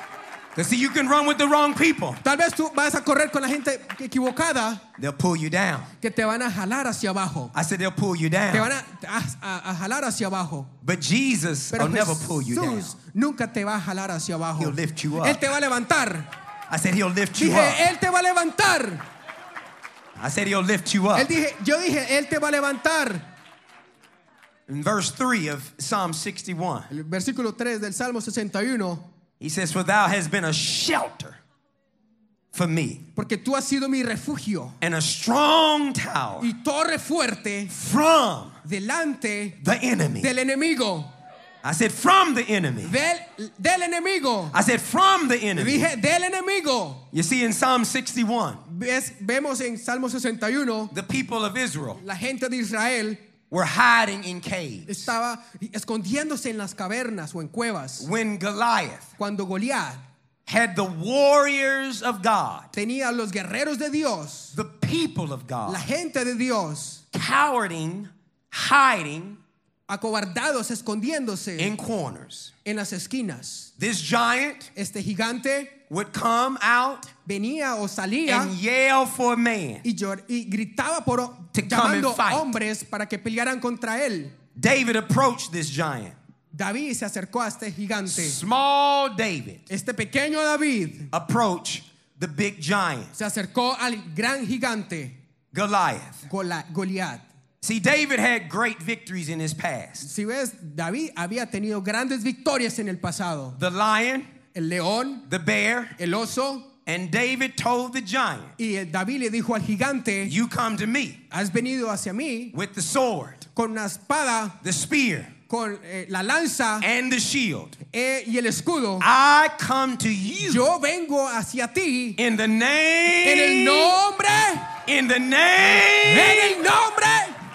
Speaker 1: 'Cause see, you can run with the wrong people.
Speaker 2: Tal vez tú vas a correr con la gente equivocada
Speaker 1: They'll pull you down.
Speaker 2: que te van a jalar hacia abajo.
Speaker 1: I said they'll pull you
Speaker 2: Te
Speaker 1: down.
Speaker 2: van a, a- a- a jalar hacia abajo.
Speaker 1: But Jesus
Speaker 2: Pero
Speaker 1: will never pull you down.
Speaker 2: Jesús nunca te va a jalar hacia abajo.
Speaker 1: He'll lift you up.
Speaker 2: Él te va a levantar.
Speaker 1: I said he'll lift you up.
Speaker 2: Dije, Él te va a levantar.
Speaker 1: I said he'll lift you up.
Speaker 2: Él dije, yo dije, Él te va a levantar.
Speaker 1: In verse 3 of Psalm 61,
Speaker 2: El versículo 3 del Salmo 61.
Speaker 1: he says, For thou hast been a shelter for me
Speaker 2: Porque tú has sido mi refugio
Speaker 1: and a strong tower
Speaker 2: y torre fuerte
Speaker 1: from
Speaker 2: delante
Speaker 1: the enemy.
Speaker 2: del enemigo.
Speaker 1: I said, From the enemy.
Speaker 2: Del, del enemigo.
Speaker 1: I said, From the enemy.
Speaker 2: Dije, del enemigo.
Speaker 1: You see, in Psalm 61,
Speaker 2: Ves- vemos en Salmo 61,
Speaker 1: the people of Israel
Speaker 2: la gente de Israel
Speaker 1: were hiding in caves.
Speaker 2: estaba escondiéndose en las cavernas o en cuevas.
Speaker 1: When Goliath
Speaker 2: Cuando Goliat
Speaker 1: had the warriors of God,
Speaker 2: tenía a los guerreros de Dios,
Speaker 1: the people of
Speaker 2: la
Speaker 1: God,
Speaker 2: gente de Dios,
Speaker 1: cowering, hiding
Speaker 2: acobardados, escondiéndose
Speaker 1: in corners.
Speaker 2: en las esquinas.
Speaker 1: This giant
Speaker 2: Este gigante
Speaker 1: would come out
Speaker 2: venía o salía
Speaker 1: and yell for a man.
Speaker 2: y, llor- y gritaba por
Speaker 1: To come
Speaker 2: llamando
Speaker 1: and fight.
Speaker 2: hombres para que pelearan contra él.
Speaker 1: David approached this giant.
Speaker 2: David se acercó a este gigante.
Speaker 1: Small David
Speaker 2: Este pequeño David
Speaker 1: approached the big giant,
Speaker 2: se acercó al gran gigante
Speaker 1: Goliath.
Speaker 2: Gola- Goliat.
Speaker 1: See, David had great victories in his past.
Speaker 2: Si ves, David había tenido grandes victorias en el pasado.
Speaker 1: The lion,
Speaker 2: El león,
Speaker 1: the bear,
Speaker 2: el oso,
Speaker 1: and David told the giant,
Speaker 2: y el David le dijo al gigante,
Speaker 1: You come to me
Speaker 2: has venido hacia mí
Speaker 1: with the sword,
Speaker 2: con una espada,
Speaker 1: the spear,
Speaker 2: con eh, la lanza
Speaker 1: and the shield.
Speaker 2: eh, y el escudo.
Speaker 1: I come to you
Speaker 2: Yo vengo hacia ti
Speaker 1: in the
Speaker 2: en el
Speaker 1: name,
Speaker 2: nombre,
Speaker 1: in the name,
Speaker 2: en el nombre,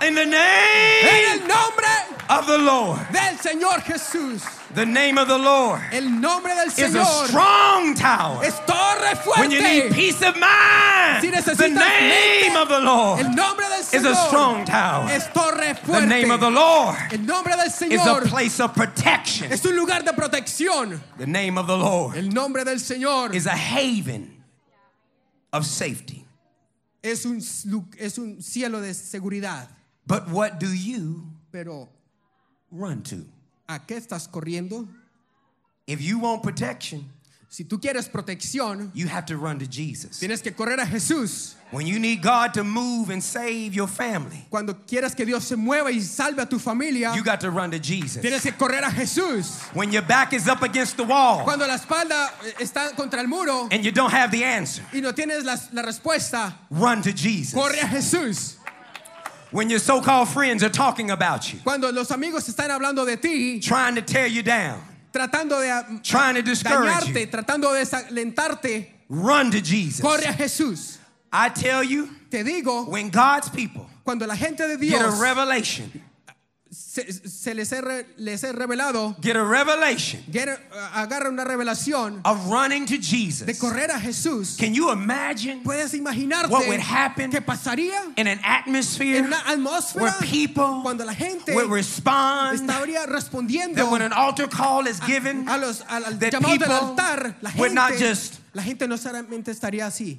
Speaker 1: in the name
Speaker 2: en el nombre
Speaker 1: of the Lord.
Speaker 2: del Señor Jesús.
Speaker 1: The name of the Lord
Speaker 2: El nombre del
Speaker 1: is a
Speaker 2: Señor
Speaker 1: strong tower.
Speaker 2: es torre
Speaker 1: When you need
Speaker 2: fuerte.
Speaker 1: peace of mind,
Speaker 2: Si necesitas
Speaker 1: the name
Speaker 2: mente,
Speaker 1: of the Lord
Speaker 2: El nombre del
Speaker 1: is a
Speaker 2: Señor
Speaker 1: strong tower.
Speaker 2: es torre
Speaker 1: The name of the
Speaker 2: fuerte.
Speaker 1: Lord
Speaker 2: El nombre del
Speaker 1: is a
Speaker 2: Señor
Speaker 1: place of protection.
Speaker 2: es un lugar de protección.
Speaker 1: The name of the Lord
Speaker 2: El nombre del Señor
Speaker 1: is a haven of safety.
Speaker 2: es un, lu- es un cielo de seguridad.
Speaker 1: But what do you
Speaker 2: Pero,
Speaker 1: run to?
Speaker 2: ¿a qué estás corriendo?
Speaker 1: If you want protection,
Speaker 2: Si tú quieres protección,
Speaker 1: you have to run to Jesus.
Speaker 2: tienes que correr a Jesús.
Speaker 1: When you need God to move and save your family,
Speaker 2: Cuando quieras que Dios se mueva y salve a tu familia,
Speaker 1: you got to run to Jesus.
Speaker 2: tienes que correr a Jesús.
Speaker 1: When your back is up against the wall
Speaker 2: Cuando la espalda eh, está contra el muro
Speaker 1: and you don't have the answer,
Speaker 2: y no tienes la, la respuesta,
Speaker 1: run to Jesus.
Speaker 2: corre a Jesús.
Speaker 1: When your so called friends are talking about you,
Speaker 2: Cuando los amigos están hablando de ti,
Speaker 1: trying to tear you down,
Speaker 2: tratando de ah,
Speaker 1: trying to discourage
Speaker 2: dañarte,
Speaker 1: you,
Speaker 2: tratando de desalentarte,
Speaker 1: run to Jesus.
Speaker 2: corre a Jesús.
Speaker 1: I tell you,
Speaker 2: Te digo,
Speaker 1: when God's people
Speaker 2: cuando la gente de
Speaker 1: get a
Speaker 2: Dios
Speaker 1: revelation,
Speaker 2: se, se les, he re- les he revelado,
Speaker 1: get a revelation
Speaker 2: get- agarra una revelación
Speaker 1: of running to
Speaker 2: de
Speaker 1: Jesus.
Speaker 2: correr a Jesús.
Speaker 1: Can you imagine
Speaker 2: Puedes imaginarte
Speaker 1: what would happen
Speaker 2: qué pasaría
Speaker 1: in an
Speaker 2: en
Speaker 1: atmosphere
Speaker 2: una
Speaker 1: where
Speaker 2: atmósfera
Speaker 1: people
Speaker 2: cuando la gente
Speaker 1: would respond,
Speaker 2: estaría respondiendo
Speaker 1: that when an altar call is given,
Speaker 2: a los al, al
Speaker 1: that
Speaker 2: llamado del
Speaker 1: people
Speaker 2: altar. La
Speaker 1: would not
Speaker 2: gente,
Speaker 1: just-
Speaker 2: la gente no solamente estaría así.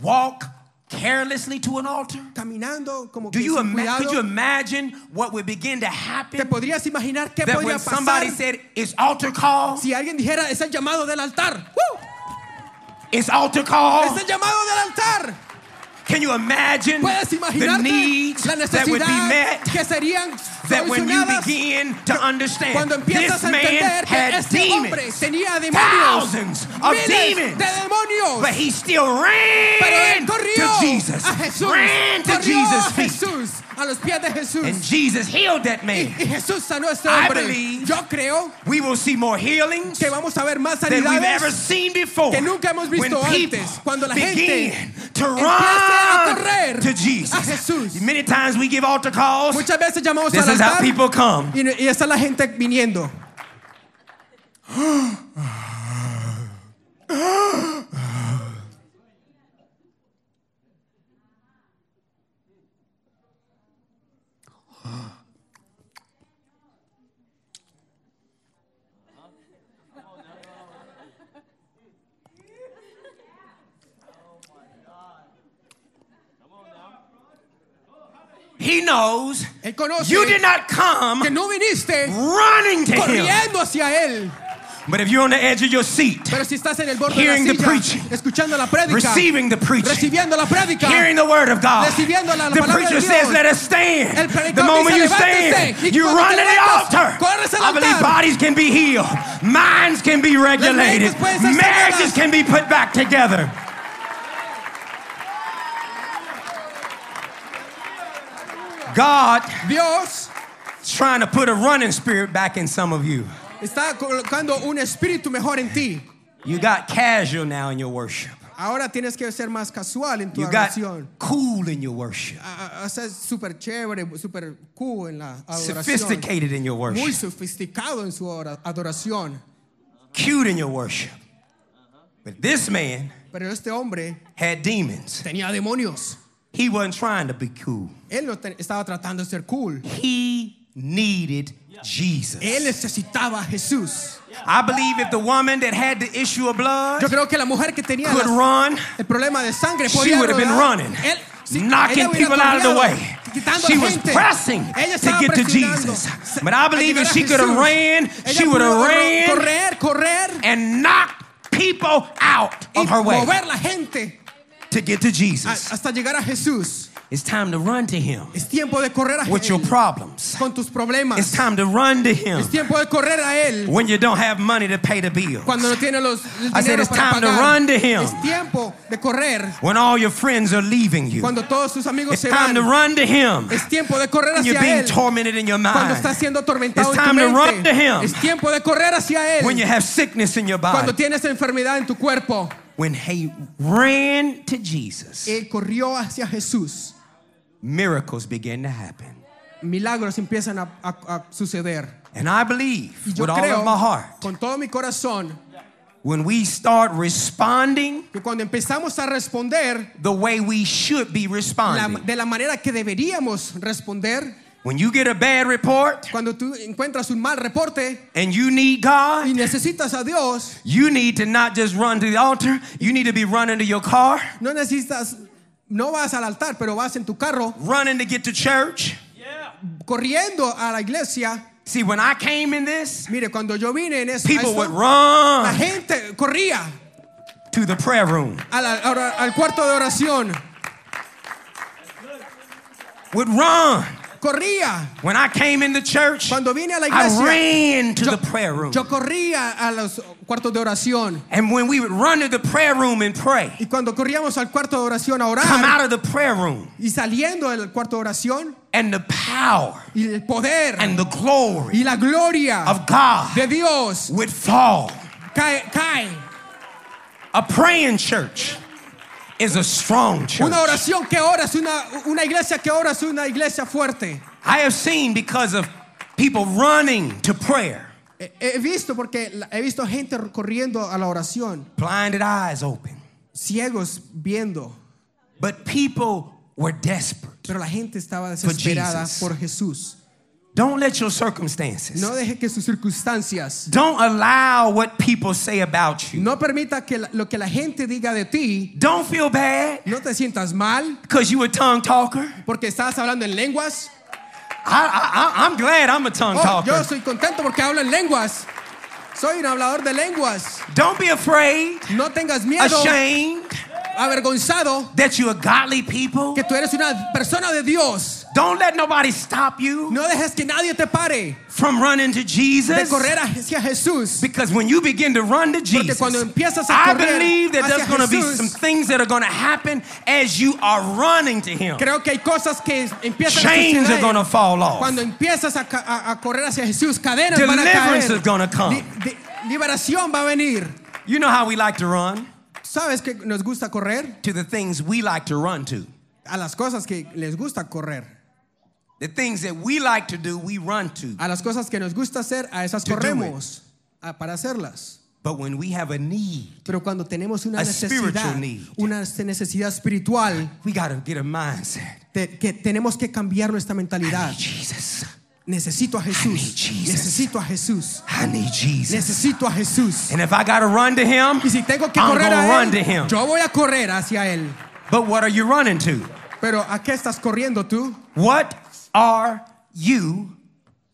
Speaker 1: walk carelessly to an altar?
Speaker 2: caminando como
Speaker 1: Do
Speaker 2: que
Speaker 1: you
Speaker 2: sin
Speaker 1: ima-
Speaker 2: cuidado.
Speaker 1: could you imagine what would begin to
Speaker 2: ¿Te
Speaker 1: happen
Speaker 2: podrías imaginar qué
Speaker 1: that
Speaker 2: podría
Speaker 1: when somebody
Speaker 2: pasar
Speaker 1: said it's altar call,
Speaker 2: si alguien dijera es el llamado del altar? ¡Uh!
Speaker 1: it's altar call?
Speaker 2: Es el llamado del altar.
Speaker 1: Can you imagine
Speaker 2: Puedes
Speaker 1: the
Speaker 2: imaginarte
Speaker 1: needs
Speaker 2: la
Speaker 1: that would be
Speaker 2: necesidad
Speaker 1: met?
Speaker 2: que serían
Speaker 1: That when you
Speaker 2: solucionadas
Speaker 1: begin to understand,
Speaker 2: cuando
Speaker 1: this
Speaker 2: empiezas a
Speaker 1: man
Speaker 2: entender que
Speaker 1: had
Speaker 2: este hombre
Speaker 1: demons,
Speaker 2: tenía demonios,
Speaker 1: thousands of
Speaker 2: miles de
Speaker 1: demons,
Speaker 2: demonios.
Speaker 1: but he still
Speaker 2: Pero él
Speaker 1: ran to
Speaker 2: corrió
Speaker 1: Jesus,
Speaker 2: a Jesús,
Speaker 1: ran to
Speaker 2: corrió
Speaker 1: Jesus'
Speaker 2: a
Speaker 1: feet,
Speaker 2: Jesús, a los pies de Jesús.
Speaker 1: and Jesus healed that man.
Speaker 2: y Jesús sanó a este
Speaker 1: I
Speaker 2: hombre.
Speaker 1: believe
Speaker 2: Yo creo
Speaker 1: We will see more healings
Speaker 2: que vamos a ver más
Speaker 1: than we've ever
Speaker 2: sanidades
Speaker 1: seen before.
Speaker 2: que nunca hemos visto
Speaker 1: when people
Speaker 2: antes. Cuando la
Speaker 1: begin
Speaker 2: gente
Speaker 1: to
Speaker 2: empieza a
Speaker 1: run
Speaker 2: correr
Speaker 1: to Jesus.
Speaker 2: a Jesús.
Speaker 1: Many times we give altar calls.
Speaker 2: Muchas veces llamamos
Speaker 1: This
Speaker 2: al
Speaker 1: is how
Speaker 2: altar
Speaker 1: people come.
Speaker 2: y, y está la gente viniendo.
Speaker 1: He knows
Speaker 2: Él conoce
Speaker 1: you did not
Speaker 2: que
Speaker 1: come
Speaker 2: no viniste
Speaker 1: running to him.
Speaker 2: corriendo hacia él.
Speaker 1: But if you're on the edge of your seat,
Speaker 2: Pero si estás en el borde
Speaker 1: Hearing the
Speaker 2: de la silla,
Speaker 1: preaching.
Speaker 2: escuchando la prédica,
Speaker 1: receiving the preaching,
Speaker 2: recibiendo la prédica,
Speaker 1: hearing the word of God,
Speaker 2: recibiendo la, la
Speaker 1: the
Speaker 2: palabra de
Speaker 1: preacher
Speaker 2: Dios.
Speaker 1: says, Let us
Speaker 2: El
Speaker 1: stand.
Speaker 2: predicador
Speaker 1: The moment
Speaker 2: dice,
Speaker 1: you
Speaker 2: "Levántese".
Speaker 1: stand,
Speaker 2: Y
Speaker 1: you
Speaker 2: cuando
Speaker 1: run
Speaker 2: te
Speaker 1: to the
Speaker 2: levantas,
Speaker 1: altar.
Speaker 2: corres al
Speaker 1: I believe
Speaker 2: altar.
Speaker 1: bodies can be healed, minds can be regulated,
Speaker 2: mentes pueden ser
Speaker 1: marriages
Speaker 2: sanadas.
Speaker 1: can be put back together. God
Speaker 2: Dios
Speaker 1: is trying to put a running spirit back in some of you.
Speaker 2: está colocando un espíritu mejor en ti.
Speaker 1: You got casual now in your worship.
Speaker 2: Ahora tienes que ser más casual en tu
Speaker 1: You got
Speaker 2: oración.
Speaker 1: cool in your worship,
Speaker 2: A- a- a ser súper chévere, súper cool en la adoración.
Speaker 1: sophisticated in your
Speaker 2: Muy
Speaker 1: worship,
Speaker 2: sofisticado en su ora- adoración.
Speaker 1: cute in your worship. But this man
Speaker 2: Pero este hombre
Speaker 1: had demons.
Speaker 2: tenía demonios.
Speaker 1: He wasn't trying to be cool.
Speaker 2: Él no te- estaba tratando de ser cool.
Speaker 1: He needed Jesus.
Speaker 2: Él necesitaba a Jesús.
Speaker 1: I believe if the woman that had the issue of blood
Speaker 2: Yo creo que la mujer que tenía
Speaker 1: could
Speaker 2: las-
Speaker 1: run,
Speaker 2: el problema de sangre
Speaker 1: She
Speaker 2: podía
Speaker 1: would have been
Speaker 2: rodar.
Speaker 1: running,
Speaker 2: Él- si-
Speaker 1: knocking
Speaker 2: ella hubiera
Speaker 1: people out of the
Speaker 2: corrido,
Speaker 1: way.
Speaker 2: quitando a
Speaker 1: She
Speaker 2: la
Speaker 1: was
Speaker 2: gente.
Speaker 1: pressing
Speaker 2: Ella
Speaker 1: to
Speaker 2: estaba
Speaker 1: get to
Speaker 2: presionando.
Speaker 1: Jesus.
Speaker 2: Se-
Speaker 1: But I
Speaker 2: a
Speaker 1: believe
Speaker 2: llegar
Speaker 1: if
Speaker 2: a
Speaker 1: she could have
Speaker 2: Jesús.
Speaker 1: ran,
Speaker 2: Ella
Speaker 1: she would have
Speaker 2: pudo
Speaker 1: ran
Speaker 2: correr, correr
Speaker 1: and knocked people out
Speaker 2: y
Speaker 1: of her way
Speaker 2: mover Ah, la gente
Speaker 1: to get to
Speaker 2: a-
Speaker 1: Jesus.
Speaker 2: hasta llegar a Jesús.
Speaker 1: It's time to run to Him
Speaker 2: Es tiempo de correr a
Speaker 1: with your
Speaker 2: Jesús
Speaker 1: problems.
Speaker 2: con tus problemas.
Speaker 1: It's time to run to Him
Speaker 2: Es tiempo de correr a él
Speaker 1: when you don't have money to pay the bills.
Speaker 2: cuando no tiene los el
Speaker 1: I said
Speaker 2: dinero
Speaker 1: it's
Speaker 2: para
Speaker 1: time to
Speaker 2: pagar.
Speaker 1: run to him.
Speaker 2: Es tiempo de correr
Speaker 1: When all your friends are leaving you,
Speaker 2: cuando todos sus amigos
Speaker 1: it's
Speaker 2: se
Speaker 1: time
Speaker 2: van.
Speaker 1: to run to Him.
Speaker 2: Es tiempo de correr
Speaker 1: When you're
Speaker 2: hacia
Speaker 1: being
Speaker 2: él
Speaker 1: tormented in your
Speaker 2: cuando
Speaker 1: mind,
Speaker 2: estás siendo
Speaker 1: It's
Speaker 2: atormentado en tu
Speaker 1: time to
Speaker 2: mente.
Speaker 1: run to him.
Speaker 2: Es tiempo de correr hacia él
Speaker 1: when you have sickness in your
Speaker 2: cuando
Speaker 1: body.
Speaker 2: tienes enfermedad en tu cuerpo.
Speaker 1: When he ran to Jesus,
Speaker 2: Él corrió hacia Jesús.
Speaker 1: miracles began to happen.
Speaker 2: Milagros empiezan a, a- a suceder.
Speaker 1: And I believe
Speaker 2: Y yo
Speaker 1: with all
Speaker 2: creo
Speaker 1: of my heart,
Speaker 2: con todo mi corazón
Speaker 1: when we start responding
Speaker 2: que cuando empezamos a responder
Speaker 1: the way we should be
Speaker 2: la-
Speaker 1: responding,
Speaker 2: de la manera que deberíamos responder,
Speaker 1: when you get a bad report
Speaker 2: cuando tú encuentras un mal reporte
Speaker 1: and you need
Speaker 2: y
Speaker 1: God,
Speaker 2: necesitas a Dios,
Speaker 1: you need to not just run to the altar, you need to be running to your car,
Speaker 2: no necesitas, no vas al altar, pero vas en tu carro
Speaker 1: running to get to church.
Speaker 2: corriendo a la iglesia.
Speaker 1: See, when I came in this,
Speaker 2: Mire, cuando yo vine en esa
Speaker 1: people would run.
Speaker 2: la gente corría
Speaker 1: to the prayer room
Speaker 2: a la- a la- al cuarto de oración,
Speaker 1: would run
Speaker 2: corría.
Speaker 1: when i came into church
Speaker 2: Cuando vine a la
Speaker 1: i
Speaker 2: iglesia,
Speaker 1: ran to
Speaker 2: yo,
Speaker 1: the prayer room
Speaker 2: yo corría a los cuartos de oración.
Speaker 1: and when we would run to the prayer room and pray
Speaker 2: Y cuando corríamos al cuarto de oración a
Speaker 1: come
Speaker 2: orar
Speaker 1: out of the prayer room
Speaker 2: y saliendo del cuarto de oración,
Speaker 1: and the power
Speaker 2: y el poder
Speaker 1: and the glory
Speaker 2: y la gloria
Speaker 1: of god
Speaker 2: de Dios
Speaker 1: would fall
Speaker 2: cae. cae.
Speaker 1: a praying church is a strong church
Speaker 2: Una oración que ora es una, una iglesia que ora es una iglesia fuerte.
Speaker 1: i have seen because of people running to prayer
Speaker 2: He, he visto porque la- he visto gente corriendo a la oración,
Speaker 1: blinded eyes open
Speaker 2: ciegos viendo,
Speaker 1: but people were desperate
Speaker 2: pero la gente estaba desesperada
Speaker 1: Jesus.
Speaker 2: por Jesús.
Speaker 1: Don't let your circumstances,
Speaker 2: No deje que sus circunstancias,
Speaker 1: don't allow what people say about you.
Speaker 2: no permita que la- lo que la gente diga de ti,
Speaker 1: Don't feel bad
Speaker 2: no te sientas mal
Speaker 1: because you a tongue talker.
Speaker 2: porque estás hablando en lenguas.
Speaker 1: I, I, I, am glad I'm a tongue
Speaker 2: Oh,
Speaker 1: talker.
Speaker 2: yo soy contento porque hablo en lenguas. Soy un hablador de lenguas.
Speaker 1: Don't be afraid,
Speaker 2: No tengas miedo,
Speaker 1: ashamed
Speaker 2: avergonzado,
Speaker 1: that you're a godly people.
Speaker 2: que tú eres una persona de Dios.
Speaker 1: Don't let nobody stop you
Speaker 2: No dejes que nadie te pare
Speaker 1: from running to
Speaker 2: de
Speaker 1: Jesus.
Speaker 2: correr hacia Jesús.
Speaker 1: Because when you begin to run to Jesus,
Speaker 2: cuando empiezas a
Speaker 1: I
Speaker 2: correr
Speaker 1: believe that there's
Speaker 2: hacia
Speaker 1: going to be
Speaker 2: Jesús-
Speaker 1: some things that are going to happen as you are running to Him.
Speaker 2: Creo que hay cosas que empiezan a
Speaker 1: Chains are
Speaker 2: suceder.
Speaker 1: going to fall off.
Speaker 2: Cuando empiezas a, ca- a- a correr hacia Jesús, cadenas van a
Speaker 1: Deliverance is
Speaker 2: caer.
Speaker 1: going to
Speaker 2: Li-
Speaker 1: come.
Speaker 2: di- liberación va a venir.
Speaker 1: You know how we like to run
Speaker 2: ¿Sabes que nos gusta correr?
Speaker 1: to the things we like to run to.
Speaker 2: A las cosas que les gusta correr.
Speaker 1: The things that we like to do, we run to.
Speaker 2: A las cosas que nos gusta hacer, a esas
Speaker 1: To do
Speaker 2: corremos a- para hacerlas.
Speaker 1: But when we have a need,
Speaker 2: Pero cuando tenemos una
Speaker 1: A
Speaker 2: necesidad,
Speaker 1: spiritual need.
Speaker 2: una necesidad espiritual,
Speaker 1: we got to get a mindset.
Speaker 2: te- que tenemos que cambiar nuestra
Speaker 1: I
Speaker 2: mentalidad.
Speaker 1: need Jesus.
Speaker 2: Necesito a Jesús.
Speaker 1: Jesus.
Speaker 2: Necesito a Jesús.
Speaker 1: I need Jesus.
Speaker 2: Necesito a Jesús.
Speaker 1: And if I got to run to Him,
Speaker 2: Y si tengo que
Speaker 1: I'm
Speaker 2: correr
Speaker 1: gonna
Speaker 2: a
Speaker 1: run to him.
Speaker 2: él, yo voy a correr hacia él.
Speaker 1: but what are you running to?
Speaker 2: Pero ¿a qué estás corriendo tú?
Speaker 1: What are you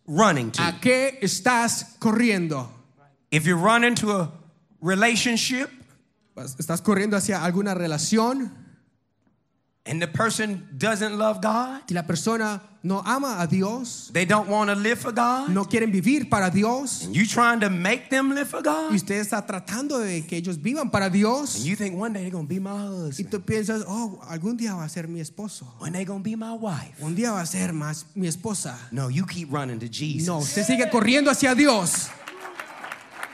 Speaker 1: running to?
Speaker 2: ¿A qué estás corriendo?
Speaker 1: If you're running to a relationship
Speaker 2: Pues, ¿Estás corriendo hacia alguna relación?
Speaker 1: and the person doesn't love God,
Speaker 2: Si la persona no ama a Dios,
Speaker 1: they don't want to live for God,
Speaker 2: no quieren vivir para Dios,
Speaker 1: you trying to make them live for
Speaker 2: y
Speaker 1: God,
Speaker 2: usted está tratando de que ellos vivan para
Speaker 1: and
Speaker 2: Dios,
Speaker 1: you think one day they're going to be my
Speaker 2: y
Speaker 1: husband,
Speaker 2: tú piensas, oh, algún día va a ser mi esposo,
Speaker 1: one day going to be my wife.
Speaker 2: un día va a ser más mi esposa.
Speaker 1: No, you keep running to Jesus.
Speaker 2: No, usted sigue corriendo hacia Dios,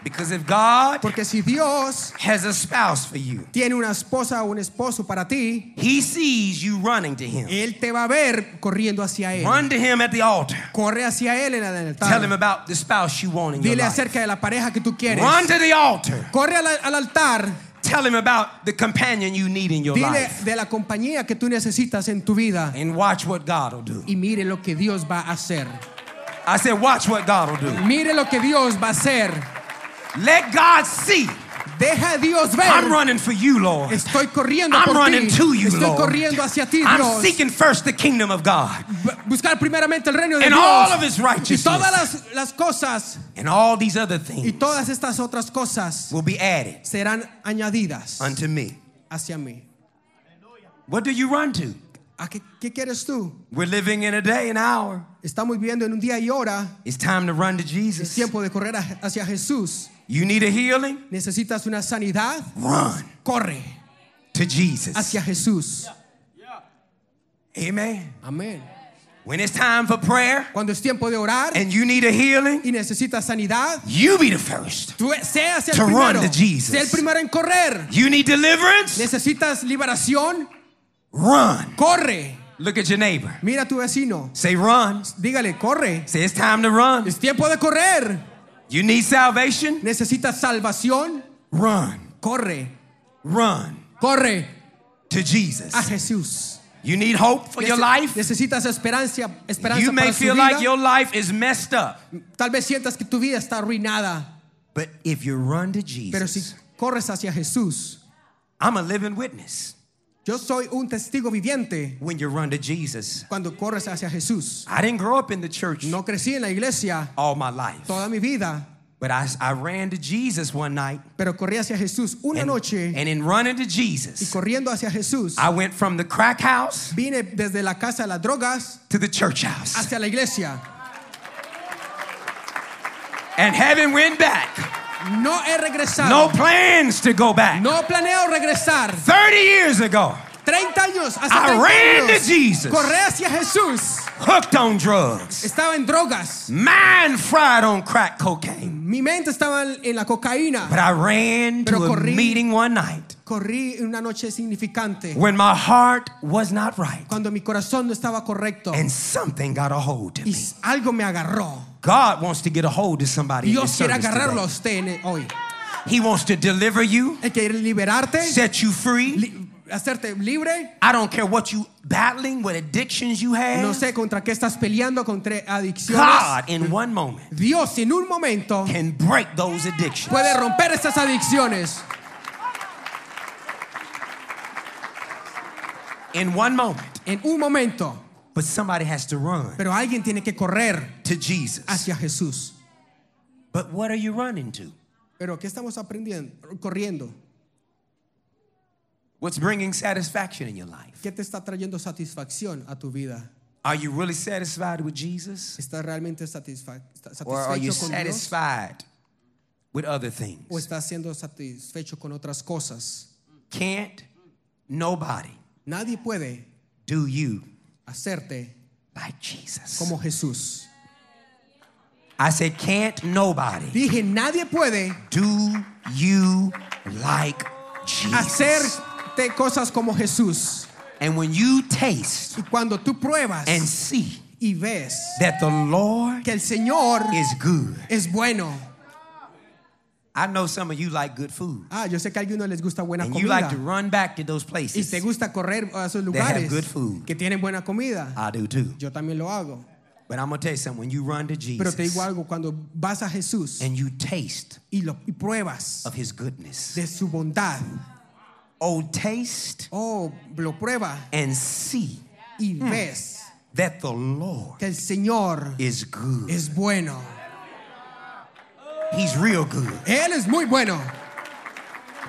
Speaker 1: Because if God
Speaker 2: porque si Dios
Speaker 1: has a spouse for you,
Speaker 2: tiene una esposa o un esposo para ti,
Speaker 1: he sees you running to him.
Speaker 2: Él te va a ver corriendo hacia Él.
Speaker 1: Run to him at the altar.
Speaker 2: Corre hacia Él en el
Speaker 1: Tell him
Speaker 2: altar.
Speaker 1: about the spouse you want in your
Speaker 2: Dile
Speaker 1: life.
Speaker 2: acerca de la pareja que tú quieres.
Speaker 1: Run to the altar.
Speaker 2: Corre al, al altar.
Speaker 1: Tell him about the companion you need in your
Speaker 2: Dile
Speaker 1: life.
Speaker 2: de la compañía que tú necesitas en tu vida.
Speaker 1: And watch what God will do.
Speaker 2: Y mire lo que Dios va a hacer.
Speaker 1: I said, watch what God will do.
Speaker 2: Mire lo que Dios va a hacer.
Speaker 1: Let God see.
Speaker 2: Deja a Dios ver.
Speaker 1: I'm running for you, Lord.
Speaker 2: Estoy corriendo
Speaker 1: I'm
Speaker 2: por
Speaker 1: running
Speaker 2: ti.
Speaker 1: to you,
Speaker 2: Estoy
Speaker 1: Lord.
Speaker 2: corriendo hacia ti,
Speaker 1: I'm
Speaker 2: Dios.
Speaker 1: seeking first the kingdom of God
Speaker 2: Bu- Buscar primeramente el reino de
Speaker 1: And
Speaker 2: Dios.
Speaker 1: all of his
Speaker 2: y
Speaker 1: righteousness.
Speaker 2: todas las, las cosas
Speaker 1: and all these other
Speaker 2: y
Speaker 1: things
Speaker 2: todas estas otras cosas
Speaker 1: will be added
Speaker 2: serán añadidas
Speaker 1: unto me.
Speaker 2: hacia mí.
Speaker 1: What do you run to?
Speaker 2: ¿A qué, qué quieres tú?
Speaker 1: We're living in a day and hour.
Speaker 2: Estamos viviendo en un día y hora.
Speaker 1: It's time to run to
Speaker 2: Es
Speaker 1: Jesus.
Speaker 2: tiempo de correr a- hacia Jesús.
Speaker 1: You need a healing?
Speaker 2: Necesitas una sanidad.
Speaker 1: Run
Speaker 2: Corre
Speaker 1: to Jesus.
Speaker 2: hacia Jesús.
Speaker 1: Amen.
Speaker 2: Amén.
Speaker 1: When it's time for prayer
Speaker 2: Cuando es tiempo de orar
Speaker 1: and you need a healing,
Speaker 2: y necesitas sanidad,
Speaker 1: you be the first.
Speaker 2: tú seas el
Speaker 1: To run
Speaker 2: primero.
Speaker 1: to Jesus.
Speaker 2: Sé el primero en correr.
Speaker 1: You need deliverance?
Speaker 2: Necesitas liberación.
Speaker 1: Run.
Speaker 2: Corre.
Speaker 1: Look at your neighbor.
Speaker 2: Mira a tu vecino.
Speaker 1: Say, run.
Speaker 2: Dígale, corre.
Speaker 1: Say, it's time to run.
Speaker 2: Es tiempo de correr.
Speaker 1: You need salvation?
Speaker 2: Necesitas salvación.
Speaker 1: Run.
Speaker 2: Corre.
Speaker 1: Run
Speaker 2: Corre
Speaker 1: to
Speaker 2: a
Speaker 1: Jesus.
Speaker 2: Jesús.
Speaker 1: You need hope for your
Speaker 2: Nece-
Speaker 1: life?
Speaker 2: Necesitas esperanza, esperanza
Speaker 1: You may
Speaker 2: para su
Speaker 1: feel
Speaker 2: vida.
Speaker 1: like your life is messed up,
Speaker 2: Tal vez sientas que tu vida está arruinada,
Speaker 1: but if you run to
Speaker 2: pero si
Speaker 1: Jesus,
Speaker 2: corres hacia Jesús,
Speaker 1: I'm a living witness.
Speaker 2: yo soy un testigo viviente
Speaker 1: When you run to Jesus,
Speaker 2: cuando corres hacia Jesús.
Speaker 1: I didn't grow up in the church
Speaker 2: No crecí en la iglesia
Speaker 1: all my life,
Speaker 2: toda mi vida,
Speaker 1: but I, I ran to Jesus one night.
Speaker 2: pero corrí hacia Jesús una
Speaker 1: And, Ah.
Speaker 2: noche
Speaker 1: and in running to
Speaker 2: y
Speaker 1: Jesus,
Speaker 2: corriendo hacia Jesús,
Speaker 1: I went from the crack house
Speaker 2: vine desde la casa de las drogas
Speaker 1: to the church house.
Speaker 2: hacia la iglesia.
Speaker 1: And heaven went back.
Speaker 2: No he
Speaker 1: No
Speaker 2: regresado.
Speaker 1: plans to go back.
Speaker 2: No planeo regresar.
Speaker 1: 30 years ago,
Speaker 2: 30 años, hace
Speaker 1: I
Speaker 2: 30
Speaker 1: ran to
Speaker 2: años,
Speaker 1: Jesus.
Speaker 2: corrí hacia Jesús.
Speaker 1: hooked on drugs,
Speaker 2: Estaba en drogas.
Speaker 1: mind fried on crack cocaine.
Speaker 2: Mi mente estaba en la cocaína.
Speaker 1: But I ran to
Speaker 2: Pero
Speaker 1: a
Speaker 2: corrí.
Speaker 1: meeting one night
Speaker 2: Corrí una noche significante
Speaker 1: when my heart was not right
Speaker 2: cuando mi corazón no estaba correcto
Speaker 1: and something got a hold of
Speaker 2: y
Speaker 1: me.
Speaker 2: s- algo me agarró.
Speaker 1: God wants to get a hold of somebody. in
Speaker 2: Dios
Speaker 1: this
Speaker 2: quiere
Speaker 1: service
Speaker 2: agarrarlo a
Speaker 1: today.
Speaker 2: usted en- hoy.
Speaker 1: He wants to deliver you,
Speaker 2: Él quiere liberarte,
Speaker 1: set you free,
Speaker 2: li- hacerte libre.
Speaker 1: I don't care what you battling, what addictions you have.
Speaker 2: No sé contra qué estás peleando, contra
Speaker 1: Eh.
Speaker 2: adicciones.
Speaker 1: God in one moment
Speaker 2: Dios en un momento
Speaker 1: can break those addictions.
Speaker 2: puede romper esas adicciones.
Speaker 1: In one moment.
Speaker 2: En un momento.
Speaker 1: But somebody has to run
Speaker 2: Pero alguien tiene que correr
Speaker 1: to Jesus.
Speaker 2: hacia Jesús.
Speaker 1: But what are you running to?
Speaker 2: Pero ¿qué estamos aprendiendo? Corriendo.
Speaker 1: What's bringing satisfaction in your life?
Speaker 2: ¿Qué te está trayendo satisfacción a tu vida?
Speaker 1: Are you really satisfied with Jesus?
Speaker 2: ¿Estás realmente satisfa-
Speaker 1: Or are you
Speaker 2: satisfecho con Dios?
Speaker 1: satisfied with other
Speaker 2: ¿O
Speaker 1: things?
Speaker 2: estás siendo satisfecho con otras cosas?
Speaker 1: Can't nobody
Speaker 2: Nadie puede
Speaker 1: do you
Speaker 2: hacerte
Speaker 1: like Jesus.
Speaker 2: como Jesús.
Speaker 1: I said, can't nobody
Speaker 2: Dije, nadie puede
Speaker 1: do you like Jesus.
Speaker 2: hacerte cosas como Jesús.
Speaker 1: And when you taste
Speaker 2: Y cuando tú pruebas
Speaker 1: and see
Speaker 2: y ves
Speaker 1: that the Lord
Speaker 2: que el Señor
Speaker 1: is good,
Speaker 2: es bueno.
Speaker 1: I know some of you like good food.
Speaker 2: Ah, yo sé que a algunos les gusta buena
Speaker 1: And you like to
Speaker 2: comida.
Speaker 1: run back to those
Speaker 2: Y te
Speaker 1: places.
Speaker 2: gusta correr a esos
Speaker 1: They have
Speaker 2: lugares
Speaker 1: good food.
Speaker 2: que tienen buena comida.
Speaker 1: I do too.
Speaker 2: Yo también lo hago.
Speaker 1: But I'm going to tell you something. When you run to
Speaker 2: Pero te
Speaker 1: Jesus
Speaker 2: digo algo, cuando vas a Jesús
Speaker 1: and you taste
Speaker 2: y, lo, y pruebas
Speaker 1: of his goodness,
Speaker 2: de su bondad,
Speaker 1: oh, taste
Speaker 2: oh, lo prueba
Speaker 1: and see
Speaker 2: y
Speaker 1: Hmm.
Speaker 2: ves
Speaker 1: that the Lord
Speaker 2: que el Señor
Speaker 1: is good.
Speaker 2: es bueno.
Speaker 1: He's real good.
Speaker 2: Él es muy bueno.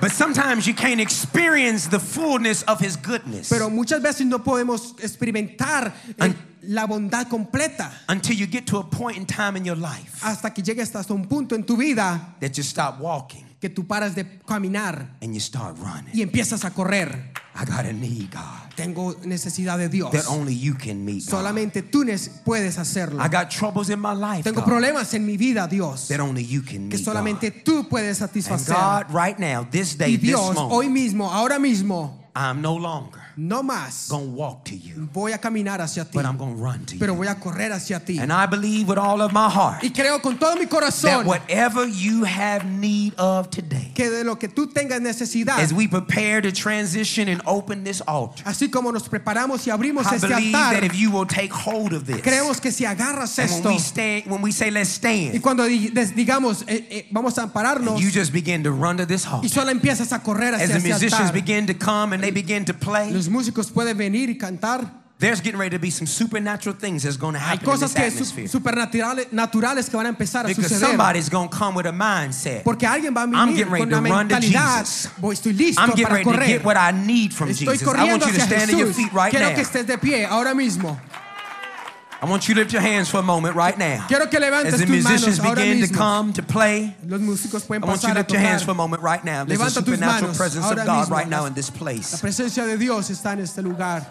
Speaker 1: But sometimes you can't experience the fullness of his goodness
Speaker 2: Pero muchas veces no podemos experimentar eh,
Speaker 1: An-
Speaker 2: la bondad completa
Speaker 1: until you get to a point in time in your life
Speaker 2: hasta que llegues hasta un punto en tu vida
Speaker 1: that you stop walking
Speaker 2: que tú paras de caminar
Speaker 1: and you start running.
Speaker 2: y empiezas a correr.
Speaker 1: I got a need, God,
Speaker 2: Tengo necesidad de Dios.
Speaker 1: that only you can meet. God.
Speaker 2: Solamente tú nes- puedes hacerlo.
Speaker 1: I got troubles in my life
Speaker 2: Tengo
Speaker 1: God,
Speaker 2: problemas en mi vida, Dios,
Speaker 1: that only you can
Speaker 2: que
Speaker 1: meet. God.
Speaker 2: solamente tú puedes
Speaker 1: And
Speaker 2: satisfacer.
Speaker 1: God, right now, this day,
Speaker 2: Y
Speaker 1: this
Speaker 2: Dios, hoy
Speaker 1: moment,
Speaker 2: mismo, ahora mismo,
Speaker 1: I'm no longer
Speaker 2: no más
Speaker 1: going to walk to you,
Speaker 2: voy a caminar hacia ti,
Speaker 1: but I'm going to run to
Speaker 2: pero
Speaker 1: you.
Speaker 2: voy a correr hacia ti.
Speaker 1: And I believe with all of my heart
Speaker 2: Y creo con todo mi
Speaker 1: that
Speaker 2: corazón
Speaker 1: whatever you have need of today,
Speaker 2: que de lo que tú tengas necesidad,
Speaker 1: as we prepare to transition and open this altar,
Speaker 2: así como nos preparamos y abrimos
Speaker 1: I
Speaker 2: este
Speaker 1: believe that
Speaker 2: altar,
Speaker 1: if you will take hold of this,
Speaker 2: creemos que si agarras
Speaker 1: and
Speaker 2: esto
Speaker 1: when we, stand, when we say let's
Speaker 2: y
Speaker 1: stand,
Speaker 2: cuando di- des- digamos eh, eh, vamos a ampararnos
Speaker 1: you just begin to run to this
Speaker 2: y
Speaker 1: altar.
Speaker 2: solo empiezas a correr
Speaker 1: As
Speaker 2: hacia
Speaker 1: the
Speaker 2: ese
Speaker 1: musicians
Speaker 2: altar,
Speaker 1: begin to come and they begin to play,
Speaker 2: los músicos pueden venir y cantar.
Speaker 1: there's getting ready to be some supernatural things that's going to
Speaker 2: Hay
Speaker 1: happen in
Speaker 2: cosas
Speaker 1: this
Speaker 2: que su-
Speaker 1: atmosphere.
Speaker 2: supernaturales naturales que van a empezar a
Speaker 1: Because
Speaker 2: suceder.
Speaker 1: somebody's going to come with a mindset.
Speaker 2: Porque alguien va a
Speaker 1: I'm
Speaker 2: venir
Speaker 1: getting ready
Speaker 2: con una
Speaker 1: to run to
Speaker 2: mentalidad.
Speaker 1: Jesus.
Speaker 2: Voy, estoy listo
Speaker 1: I'm getting
Speaker 2: para
Speaker 1: ready to
Speaker 2: correr.
Speaker 1: get what I need from
Speaker 2: Estoy
Speaker 1: Jesus. I
Speaker 2: corriendo
Speaker 1: want you to
Speaker 2: hacia
Speaker 1: stand on your
Speaker 2: Jesús.
Speaker 1: feet right
Speaker 2: Quiero que
Speaker 1: now.
Speaker 2: estés de pie ahora mismo.
Speaker 1: I want you to lift your hands for a moment right now.
Speaker 2: Quiero que levantes
Speaker 1: As the
Speaker 2: tus manos
Speaker 1: musicians
Speaker 2: ahora
Speaker 1: begin to
Speaker 2: mismo.
Speaker 1: come to play,
Speaker 2: Los músicos pueden
Speaker 1: I want you to
Speaker 2: pasar a
Speaker 1: lift your hands for a
Speaker 2: tocar.
Speaker 1: moment right now. There's a
Speaker 2: Levanta tus
Speaker 1: supernatural
Speaker 2: manos
Speaker 1: presence of
Speaker 2: ahora
Speaker 1: God
Speaker 2: mismo.
Speaker 1: right now in this
Speaker 2: La
Speaker 1: place.
Speaker 2: presencia de Dios está en este lugar.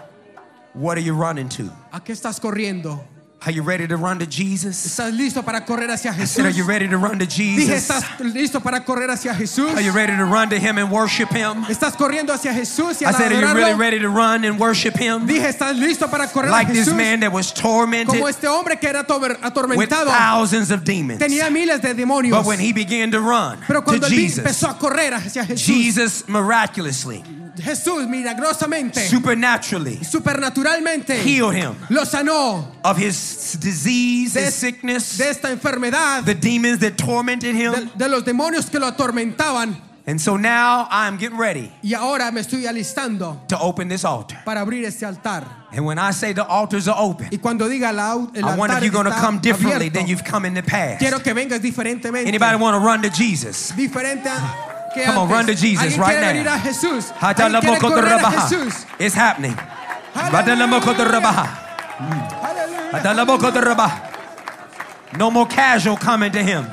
Speaker 1: What are you running to?
Speaker 2: ¿A qué estás corriendo?
Speaker 1: Are you ready to run to Jesus?
Speaker 2: ¿Estás listo para correr hacia
Speaker 1: I said, Are
Speaker 2: Jesús?
Speaker 1: you ready to run to
Speaker 2: Dije,
Speaker 1: Jesus?
Speaker 2: ¿estás listo para correr hacia Jesús?
Speaker 1: Are you ready to run to Him and worship Him?
Speaker 2: ¿Estás corriendo hacia Jesús y
Speaker 1: I said, Are you really
Speaker 2: adorarlo?
Speaker 1: ready to run and worship Him?
Speaker 2: Dije, ¿estás listo para correr a
Speaker 1: Like this
Speaker 2: Jesús?
Speaker 1: man that was
Speaker 2: Como
Speaker 1: tormented
Speaker 2: este hombre que era ator-
Speaker 1: with
Speaker 2: atormentado,
Speaker 1: thousands of demons.
Speaker 2: tenía miles de demonios.
Speaker 1: But when he began to run
Speaker 2: Pero
Speaker 1: to
Speaker 2: cuando él
Speaker 1: Jesus,
Speaker 2: empezó a correr hacia Jesús,
Speaker 1: Jesus miraculously,
Speaker 2: Jesús milagrosamente,
Speaker 1: supernaturally
Speaker 2: supernaturalmente,
Speaker 1: healed him
Speaker 2: lo sanó
Speaker 1: of his disease,
Speaker 2: De-
Speaker 1: his sickness,
Speaker 2: de esta enfermedad,
Speaker 1: the demons that tormented
Speaker 2: de,
Speaker 1: him.
Speaker 2: de los demonios que lo atormentaban.
Speaker 1: And so now I'm getting ready
Speaker 2: Y ahora me estoy alistando
Speaker 1: to open this altar.
Speaker 2: para abrir este altar.
Speaker 1: And when I say the altars are open,
Speaker 2: Y cuando diga la, au- el
Speaker 1: I wonder if
Speaker 2: altar
Speaker 1: you're going to
Speaker 2: está
Speaker 1: come differently
Speaker 2: abierto,
Speaker 1: than you've come in the past.
Speaker 2: quiero que vengas diferentemente.
Speaker 1: Anybody want to run to Jesus?
Speaker 2: diferente a que
Speaker 1: Come on,
Speaker 2: antes.
Speaker 1: run to Jesus
Speaker 2: Alguien
Speaker 1: right
Speaker 2: quiere
Speaker 1: now.
Speaker 2: venir a Jesús. Alguien quiere correr a Jesús.
Speaker 1: It's happening.
Speaker 2: Hallelujah.
Speaker 1: No more casual coming to him.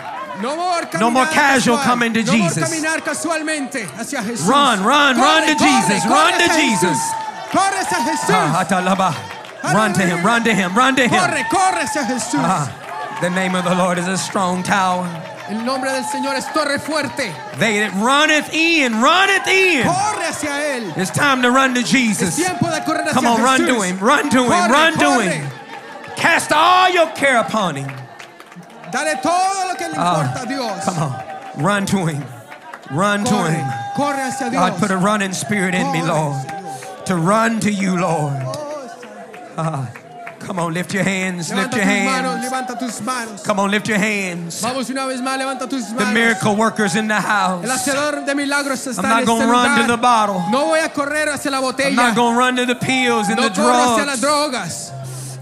Speaker 2: No more,
Speaker 1: No more
Speaker 2: caminar
Speaker 1: casual coming to
Speaker 2: no more
Speaker 1: Jesus.
Speaker 2: caminar casualmente hacia Jesús.
Speaker 1: Run, run, run to
Speaker 2: Corre, corre,
Speaker 1: Jesus,
Speaker 2: corre
Speaker 1: run to
Speaker 2: hacia Jesús.
Speaker 1: Jesus.
Speaker 2: Corre hacia Jesús.
Speaker 1: Ah, Hatalaba. Run to him, run to him, run to him.
Speaker 2: Corre, corre hacia Jesús.
Speaker 1: Ah, the name of the Lord is a strong tower.
Speaker 2: El nombre del Señor es torre fuerte.
Speaker 1: They that runneth in, runneth in.
Speaker 2: Corre hacia él.
Speaker 1: It's time to run to
Speaker 2: Es
Speaker 1: Jesus.
Speaker 2: tiempo de correr hacia
Speaker 1: Come on, run
Speaker 2: Jesús.
Speaker 1: to him, run to him,
Speaker 2: Corre,
Speaker 1: run to
Speaker 2: corre.
Speaker 1: him. Cast all your care upon him.
Speaker 2: Dale todo lo que le
Speaker 1: Ah,
Speaker 2: importa a Dios.
Speaker 1: Come on, run to him, run to
Speaker 2: Corre,
Speaker 1: him.
Speaker 2: corre hacia Dios.
Speaker 1: God, put a running spirit in me,
Speaker 2: Corre,
Speaker 1: Lord.
Speaker 2: Señor.
Speaker 1: to run to you, Lord. Ah,
Speaker 2: Oh, Santo.
Speaker 1: Come on, lift your hands, lift
Speaker 2: Levanta
Speaker 1: your
Speaker 2: tus manos,
Speaker 1: hands.
Speaker 2: levanta tus manos.
Speaker 1: Come on, lift your hands.
Speaker 2: Vamos una vez más, levanta tus
Speaker 1: The
Speaker 2: manos.
Speaker 1: miracle workers in the
Speaker 2: El
Speaker 1: house.
Speaker 2: hacedor de milagros está
Speaker 1: I'm not
Speaker 2: en este
Speaker 1: going to run to the
Speaker 2: lugar.
Speaker 1: bottle.
Speaker 2: No voy a correr hacia la
Speaker 1: I'm
Speaker 2: botella.
Speaker 1: not going to run to the pills and the
Speaker 2: No corro hacia las
Speaker 1: drugs.
Speaker 2: drogas,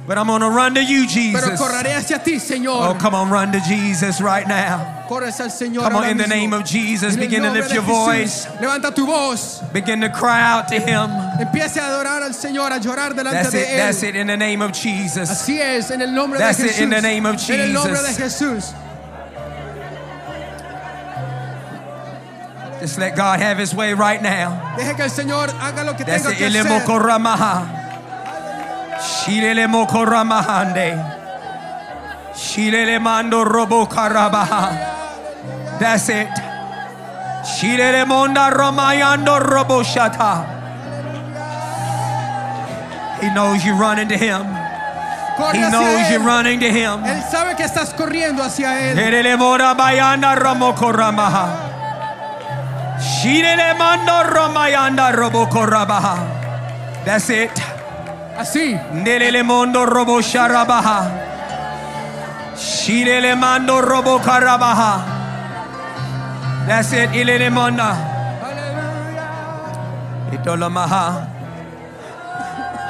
Speaker 1: But I'm going to run to you,
Speaker 2: pero
Speaker 1: Jesus.
Speaker 2: correré hacia ti, Señor.
Speaker 1: Oh, come on, run to Jesus right now.
Speaker 2: Corres al Señor.
Speaker 1: Come on,
Speaker 2: ahora
Speaker 1: in the
Speaker 2: mismo.
Speaker 1: name of Jesus,
Speaker 2: En el
Speaker 1: begin to
Speaker 2: nombre
Speaker 1: lift
Speaker 2: de
Speaker 1: your
Speaker 2: Jesús,
Speaker 1: voice.
Speaker 2: Levanta tu voz.
Speaker 1: Begin to cry out to Him.
Speaker 2: Empiece a adorar al Señor, a llorar delante
Speaker 1: That's
Speaker 2: de
Speaker 1: it,
Speaker 2: él.
Speaker 1: that's it, in the name of Jesus.
Speaker 2: Así es, en el nombre
Speaker 1: That's
Speaker 2: de
Speaker 1: it,
Speaker 2: Jesús.
Speaker 1: in the name of
Speaker 2: En el nombre de
Speaker 1: Jesus.
Speaker 2: Jesús.
Speaker 1: Just let God have His way right now.
Speaker 2: Deje que el Señor haga lo que
Speaker 1: That's
Speaker 2: tenga
Speaker 1: it.
Speaker 2: que hacer.
Speaker 1: Elemokoramaha. Shirelemokoramahande. Shirelemando robokarabaha. That's it. Shirelemonda romayando roboshata. He knows you're running to Him.
Speaker 2: Corre
Speaker 1: He
Speaker 2: hacia
Speaker 1: knows
Speaker 2: él.
Speaker 1: you're running to Him.
Speaker 2: Él sabe que estás corriendo hacia él.
Speaker 1: Erelemora bayanda romokoramaha. Shirelemando romayanda robokorabaha. That's it.
Speaker 2: Así.
Speaker 1: Nerelemondo robo sharabaha. Shirelemando robo karabaha. That's it. Ilelemonda.
Speaker 2: Aleluya.
Speaker 1: Itolamaha.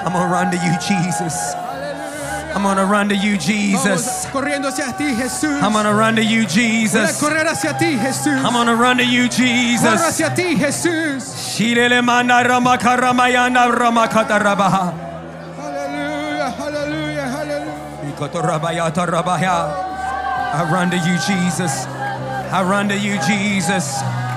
Speaker 1: I'm gonna run to you, Jesus.
Speaker 2: Aleluya.
Speaker 1: I'm gonna run to you, Jesus.
Speaker 2: Vamos corriendo hacia ti, Jesús.
Speaker 1: I'm gonna run to you,
Speaker 2: Voy a
Speaker 1: Jesus.
Speaker 2: correr hacia ti, Jesús.
Speaker 1: I'm gonna run to you,
Speaker 2: Corro
Speaker 1: Jesus.
Speaker 2: hacia ti, Jesús.
Speaker 1: Shirelemanda ramakaramayanda ramakatarabaha.
Speaker 2: Aleluya, aleluya, aleluya.
Speaker 1: Ikotorabayata rabaya. I run to you, Jesus. I run to you, Jesus.